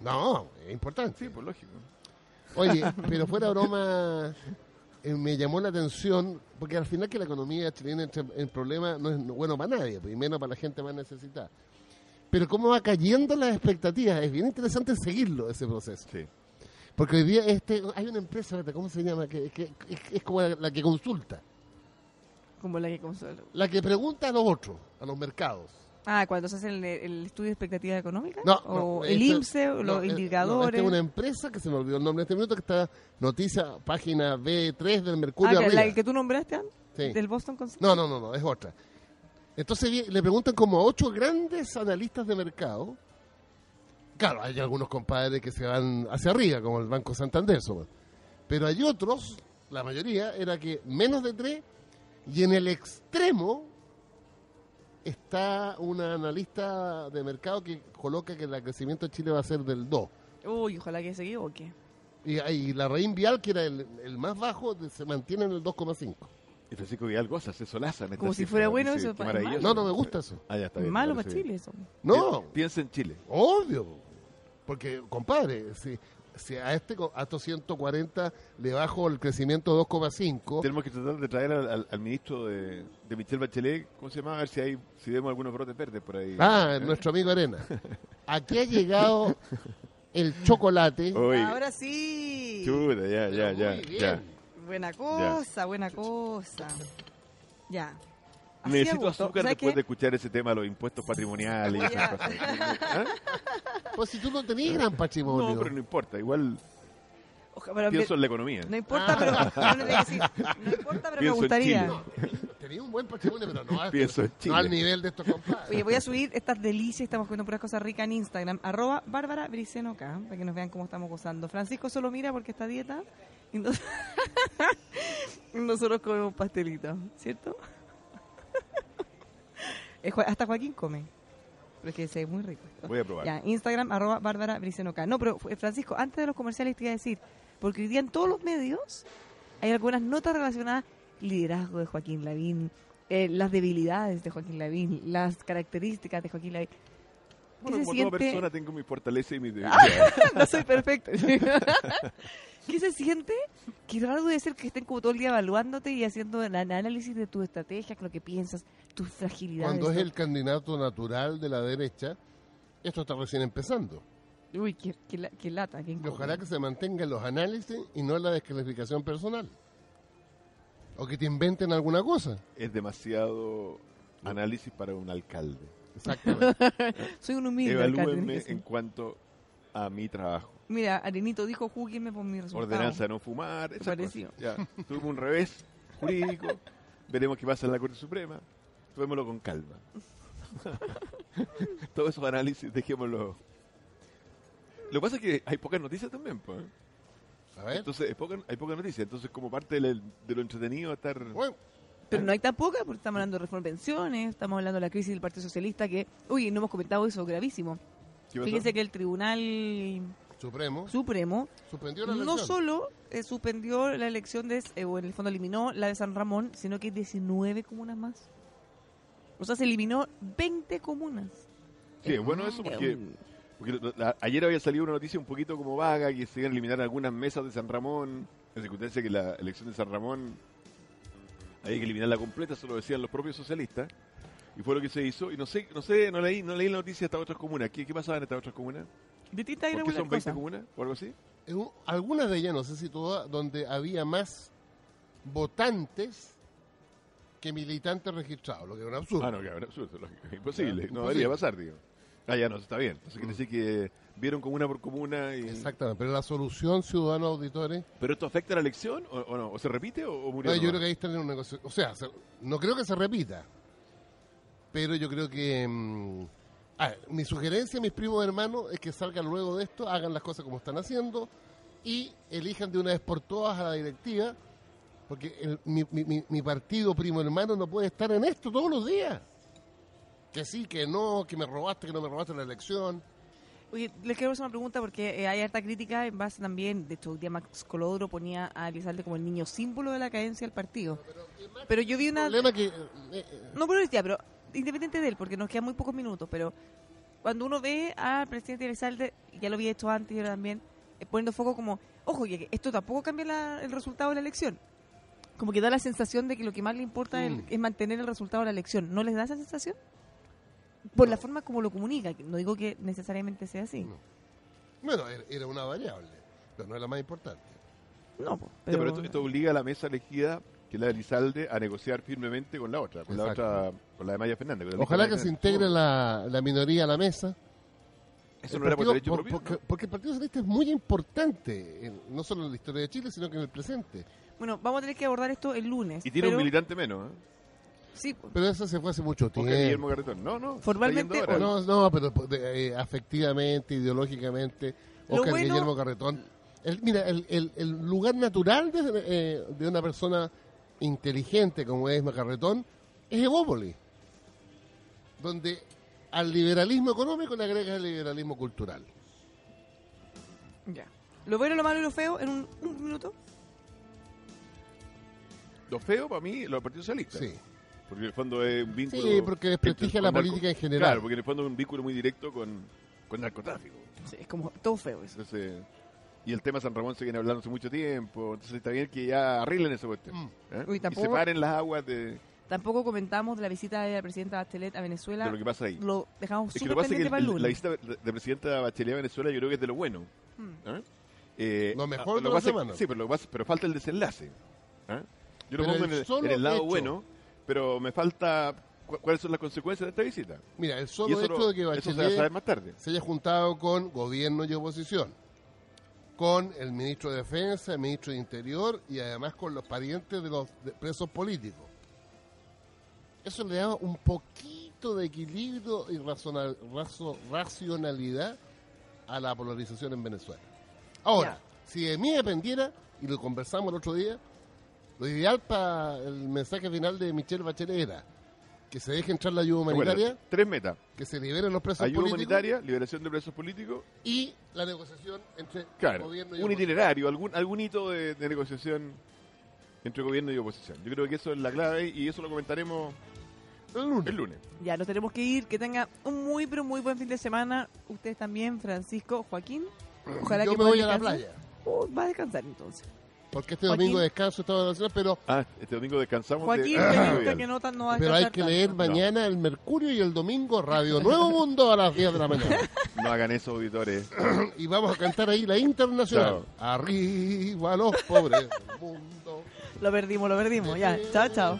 Speaker 2: No, es importante.
Speaker 3: Sí, pues lógico.
Speaker 2: Oye, pero fuera broma, eh, me llamó la atención, porque al final que la economía chilena entre en problemas no es bueno para nadie, pues, y menos para la gente más necesitada. Pero cómo va cayendo las expectativas, es bien interesante seguirlo ese proceso.
Speaker 3: Sí.
Speaker 2: Porque hoy día este, hay una empresa, ¿cómo se llama? Que, que- es, es como la, la que consulta,
Speaker 1: Como la que consuelo.
Speaker 2: la que pregunta a los otros, a los mercados.
Speaker 1: Ah, cuando se hace el, el estudio de expectativa económica.
Speaker 2: No,
Speaker 1: o
Speaker 2: no,
Speaker 1: el
Speaker 2: esto-
Speaker 1: IMSE, E, o
Speaker 2: no,
Speaker 1: los
Speaker 2: eh, no,
Speaker 1: indicadores.
Speaker 2: esta es una empresa que se me olvidó el nombre en este minuto, que está noticia, página B3 del
Speaker 1: Ah,
Speaker 2: Mercurio.
Speaker 1: que-
Speaker 2: arriba.
Speaker 1: la que tú nombraste, antes,
Speaker 2: Sí.
Speaker 1: del Boston Consulting.
Speaker 2: No, no, no, no, es otra. Entonces vi- le preguntan como a ocho grandes analistas de mercado. Claro, hay algunos compadres que se van hacia arriba, como el Banco Santander, sobre. pero hay otros, la mayoría, era que menos de tres, y en el extremo está una analista de mercado que coloca que el crecimiento de Chile va a ser del 2.
Speaker 1: Uy, ojalá que se equivoque.
Speaker 2: Y, y la raíz vial, que era el, el más bajo, se mantiene en el 2,5.
Speaker 3: Y Francisco Vidal goza, se solaza en este esta
Speaker 1: Como si
Speaker 3: cifra,
Speaker 1: fuera bueno
Speaker 3: dice,
Speaker 1: eso,
Speaker 3: qué
Speaker 1: pa-
Speaker 3: maravilloso.
Speaker 2: No, no me gusta eso.
Speaker 3: Ah, ya está bien.
Speaker 1: Malo
Speaker 3: me
Speaker 1: para
Speaker 3: parece bien.
Speaker 1: Chile eso.
Speaker 2: No.
Speaker 3: Pi- Piensa en Chile.
Speaker 2: Obvio. Porque, compadre, si, si a este co- a estos 140 le bajo el crecimiento 2,5,
Speaker 3: Tenemos que tratar de traer al, al- al ministro de, de Michel Bachelet, ¿cómo se llama? A ver si hay, si vemos algunos brotes verdes por ahí.
Speaker 2: ah,
Speaker 3: ¿Eh?
Speaker 2: nuestro amigo Arena, aquí ha llegado el chocolate.
Speaker 3: Oye,
Speaker 1: Ahora sí.
Speaker 3: chuta, ya, ya,
Speaker 2: Muy
Speaker 3: ya,
Speaker 2: bien.
Speaker 3: ya.
Speaker 1: Buena cosa, buena cosa. Ya. Así a
Speaker 3: Necesito
Speaker 1: gusto.
Speaker 3: azúcar
Speaker 1: ¿Sabes
Speaker 3: después
Speaker 1: qué?
Speaker 3: de escuchar ese tema, los impuestos patrimoniales y
Speaker 1: Voy
Speaker 3: esas
Speaker 1: a-
Speaker 3: cosas.
Speaker 2: Pues si tú no tenías gran patrimonio.
Speaker 3: No, pero no importa. Igual
Speaker 1: Oja- pero
Speaker 3: pienso
Speaker 1: me-
Speaker 3: en la economía.
Speaker 1: No importa, pero, no, no, te decir, no importa, pero me
Speaker 3: Pienso en
Speaker 1: gustaría.
Speaker 3: Chile.
Speaker 2: Tenías un buen patrimonio, pero no, al-
Speaker 3: Pienso en
Speaker 2: no
Speaker 3: Chile.
Speaker 2: al nivel de estos compadres.
Speaker 1: Oye, voy a subir estas delicias, estamos comiendo puras cosas ricas en Instagram, arroba Bárbara Briceno acá, para que nos vean cómo estamos gozando. Francisco solo mira porque está a dieta y nos- y nosotros comemos pastelitos, ¿cierto? Eh, Jo- Hasta Joaquín come, porque es que es muy rico. esto.
Speaker 3: Voy a probar.
Speaker 1: Ya, Instagram, arroba Bárbara Briceno acá. No, pero eh, Francisco, antes de los comerciales te iba a decir, porque hoy día en todos los medios hay algunas notas relacionadas liderazgo de Joaquín Lavín, eh, las debilidades de Joaquín Lavín, las características de Joaquín Lavín. ¿Qué
Speaker 3: Bueno,
Speaker 1: se
Speaker 3: como
Speaker 1: siente?
Speaker 3: toda persona tengo mis fortalezas y mis
Speaker 1: no soy perfecto. ¿Qué se siente? Qué raro debe ser que estén como todo el día evaluándote y haciendo el análisis de tus estrategias, lo que piensas, tus fragilidades.
Speaker 2: Cuando es
Speaker 1: ¿no?
Speaker 2: el candidato natural de la derecha, esto está recién empezando.
Speaker 1: Uy, qué, qué la- qué lata. qué
Speaker 2: Y
Speaker 1: incómodo.
Speaker 2: ojalá que se mantenga en los análisis y no en la descalificación personal. O que te inventen alguna cosa.
Speaker 3: Es demasiado análisis para un alcalde.
Speaker 2: Exactamente.
Speaker 1: Soy un humilde. alcalde,
Speaker 3: Evalúenme
Speaker 1: dice.
Speaker 3: en cuanto a mi trabajo.
Speaker 1: Mira, Arenito dijo, júguenme por mi resultado.
Speaker 3: Ordenanza de no fumar, esas
Speaker 1: Parecido.
Speaker 3: cosas. Ya, Tuvimos un revés jurídico. Veremos qué pasa en la Corte Suprema. Tomémoslo con calma. Todos esos análisis, dejémoslo. Lo que pasa es que hay pocas noticias también, pues.
Speaker 2: A ver.
Speaker 3: Entonces, es poca- hay poca noticia. Entonces, como parte del- de lo entretenido, estar.
Speaker 2: Bueno,
Speaker 1: Pero no hay tan poca, porque estamos hablando de reforma de pensiones, estamos hablando de la crisis del Partido Socialista, que, uy, no hemos comentado eso, gravísimo.
Speaker 3: ¿Qué pasó?
Speaker 1: Fíjense que el tribunal
Speaker 2: Supremo
Speaker 1: Supremo
Speaker 2: suspendió la
Speaker 1: no
Speaker 2: elección.
Speaker 1: solo eh, suspendió la elección de, eh, o en el fondo eliminó la de San Ramón, sino que 19 comunas más. O sea, se eliminó 20 comunas.
Speaker 3: Sí, es bueno eso porque, porque lo- la- ayer había salido una noticia un poquito como vaga que se iban a eliminar algunas mesas de San Ramón. En circunstancia que la elección de San Ramón había que eliminarla completa, se lo decían los propios socialistas. Y fue lo que se hizo. Y no sé, no sé, no leí, no leí la noticia de estas otras comunas. ¿Qué, qué pasaba en estas otras comunas?
Speaker 1: Distintas
Speaker 3: ¿Por qué
Speaker 1: irregularidades.
Speaker 3: son 20 comunas o algo así?
Speaker 2: En un- algunas de ellas, no sé si todas, donde había más votantes que militantes registrados, lo que es un absurdo.
Speaker 3: Ah, no, claro, absurdo, lógico, imposible. No
Speaker 2: imposible. Mm.
Speaker 3: debería pasar, digo. Ah, ya no, está bien. Entonces quiere decir que vieron comuna por comuna. Y...
Speaker 2: Exactamente, pero la solución, ciudadanos auditores,
Speaker 3: ¿Pero esto afecta a la elección o, o no? ¿O se repite o, o murió?
Speaker 2: no, yo
Speaker 3: nomás?
Speaker 2: creo que ahí están en un negocio. O sea, se- no creo que se repita, pero yo creo que. mm, a ver, mi sugerencia a mis primos hermanos es que salgan luego de esto, hagan las cosas como están haciendo y elijan de una vez por todas a la directiva, porque el- mi, mi- mi- mi partido primo hermano no puede estar en esto todos los días. Que sí, que no, que me robaste, que no me robaste la elección.
Speaker 1: Oye, les quiero hacer una pregunta porque eh, hay harta crítica en base también, de hecho, hoy día Max Colodro ponía a Elizalde como el niño símbolo de la cadencia del partido. Pero yo vi una...
Speaker 2: El problema es que. eh, eh,
Speaker 1: No, pero ya, pero independiente de él, porque nos quedan muy pocos minutos, pero cuando uno ve al presidente Elizalde, ya lo había hecho antes y ahora también, eh, poniendo foco como, ojo, que esto tampoco cambia la- el resultado de la elección. Como que da la sensación de que lo que más le importa a él es mantener el resultado de la elección. ¿No les da esa sensación? Por la forma como lo comunica, que no digo que necesariamente sea así.
Speaker 2: No. bueno, era- era una variable, pero no es la más importante.
Speaker 1: No, po,
Speaker 3: Ya, pero esto, esto obliga a la mesa elegida, que es la de Elizalde, a negociar firmemente con la otra, con la
Speaker 2: Exacto.
Speaker 3: otra, con la de Maya Fernández. con la
Speaker 2: Ojalá
Speaker 3: lista
Speaker 2: que
Speaker 3: de
Speaker 2: se
Speaker 3: Maya Fernández.
Speaker 2: integre la, la minoría a la mesa.
Speaker 3: Eso
Speaker 2: El
Speaker 3: no era por
Speaker 2: partido-
Speaker 3: derecho
Speaker 2: por-
Speaker 3: propio.
Speaker 2: porque, porque el Partido Socialista es muy importante, en- no solo en la historia de Chile, sino que en el presente.
Speaker 1: Bueno, vamos a tener que abordar esto el lunes.
Speaker 3: Y tiene
Speaker 1: pero-
Speaker 3: un militante menos, ¿eh?
Speaker 1: Sí, pues, po.
Speaker 2: Pero eso se fue hace mucho
Speaker 3: Porque
Speaker 2: tiempo.
Speaker 3: Guillermo Carretón. No, no.
Speaker 1: Formalmente,
Speaker 3: está yendo ahora.
Speaker 2: No, no, pero de- eh, afectivamente, ideológicamente,
Speaker 1: Lo
Speaker 2: Oscar
Speaker 1: bueno-
Speaker 2: Guillermo Carretón. El, mira, el, el- el lugar natural de, eh, de una persona inteligente como es Carretón es Evópolis, donde al liberalismo económico le agrega el liberalismo cultural.
Speaker 1: ya. Lo bueno, lo malo y lo feo en un, un minuto.
Speaker 3: Lo feo para mí, los partidos socialistas.
Speaker 2: Sí.
Speaker 3: Porque en el fondo es un vínculo.
Speaker 2: Sí, porque desprestigia
Speaker 3: entre-
Speaker 2: la
Speaker 3: con narco-
Speaker 2: política en general.
Speaker 3: Claro, porque en el fondo es un vínculo muy directo con, con narcotráfico.
Speaker 1: Sí, es como todo feo eso.
Speaker 3: Entonces, y el tema San Ramón se viene hablando hace mucho tiempo. Entonces está bien que ya arreglen esa cuestión.
Speaker 2: Mm.
Speaker 3: ¿eh?
Speaker 1: Uy,
Speaker 3: Y
Speaker 1: tampoco-
Speaker 3: separen las aguas de,
Speaker 1: Tampoco comentamos de la visita de la presidenta Bachelet a Venezuela.
Speaker 3: de lo que pasa ahí.
Speaker 1: Lo dejamos
Speaker 3: Es que
Speaker 1: súper
Speaker 3: lo que pasa es
Speaker 1: pendiente
Speaker 3: que
Speaker 1: para el
Speaker 3: el-
Speaker 1: lunes. Hmm.
Speaker 3: la visita de de presidenta Bachelet a Venezuela yo creo que es de lo bueno. ¿eh? Eh,
Speaker 2: Lo mejor de
Speaker 3: que
Speaker 2: la
Speaker 3: pasa es-
Speaker 2: semana.
Speaker 3: Sí, pero, lo que pasa- pero falta el desenlace. ¿eh? Yo lo
Speaker 2: Pero
Speaker 3: pongo
Speaker 2: el
Speaker 3: en el,
Speaker 2: solo
Speaker 3: en el lado
Speaker 2: hecho-
Speaker 3: bueno, pero me falta cu- cuáles son las consecuencias de esta visita.
Speaker 2: Mira, el
Speaker 3: y
Speaker 2: solo
Speaker 3: eso,
Speaker 2: hecho
Speaker 3: lo-
Speaker 2: de que
Speaker 3: eso se va a saber
Speaker 2: Bachelet
Speaker 3: más tarde.
Speaker 2: se haya juntado con gobierno y oposición, con el ministro de Defensa, el ministro de Interior y además con los parientes de los de- presos políticos. Eso le da un poquito de equilibrio y razona- razo- racionalidad a la polarización en Venezuela. Ahora, si de mí dependiera, y lo conversamos el otro día, lo ideal para el mensaje final de Michelle Bachelet era que se deje entrar la ayuda humanitaria
Speaker 3: Acuérdate, tres metas.
Speaker 2: que se liberen los presos
Speaker 3: Ayuda
Speaker 2: políticos
Speaker 3: humanitaria, liberación de presos políticos.
Speaker 2: y la negociación entre
Speaker 3: Claro,
Speaker 2: gobierno y
Speaker 3: un
Speaker 2: oposición.
Speaker 3: itinerario, algún, algún hito de, de negociación entre gobierno y oposición. Yo creo que eso es la clave y eso lo comentaremos
Speaker 2: El lunes.
Speaker 3: el lunes.
Speaker 1: Ya, nos tenemos que ir. Que tenga un muy, pero muy buen fin de semana. Ustedes también, Francisco, Joaquín. Ojalá
Speaker 2: Yo
Speaker 1: que
Speaker 2: me
Speaker 1: puedan
Speaker 2: voy a la
Speaker 1: descansar.
Speaker 2: playa,
Speaker 1: Oh, va a descansar entonces.
Speaker 2: porque este domingo
Speaker 1: Joaquín.
Speaker 2: descanso estaba nacional, pero,
Speaker 3: Ah, este domingo descansamos.
Speaker 1: Joaquín,
Speaker 3: de...
Speaker 1: que viste que no, tan- no va a
Speaker 2: pero hay
Speaker 1: descansar
Speaker 2: que
Speaker 1: tanto.
Speaker 2: leer mañana el Mercurio y el domingo Radio Nuevo Mundo a las 10 de la mañana.
Speaker 3: No hagan eso, auditores.
Speaker 2: y vamos a cantar ahí la internacional. Arriba los pobres del mundo.
Speaker 1: Lo perdimos, lo perdimos. Ya, chao, chao.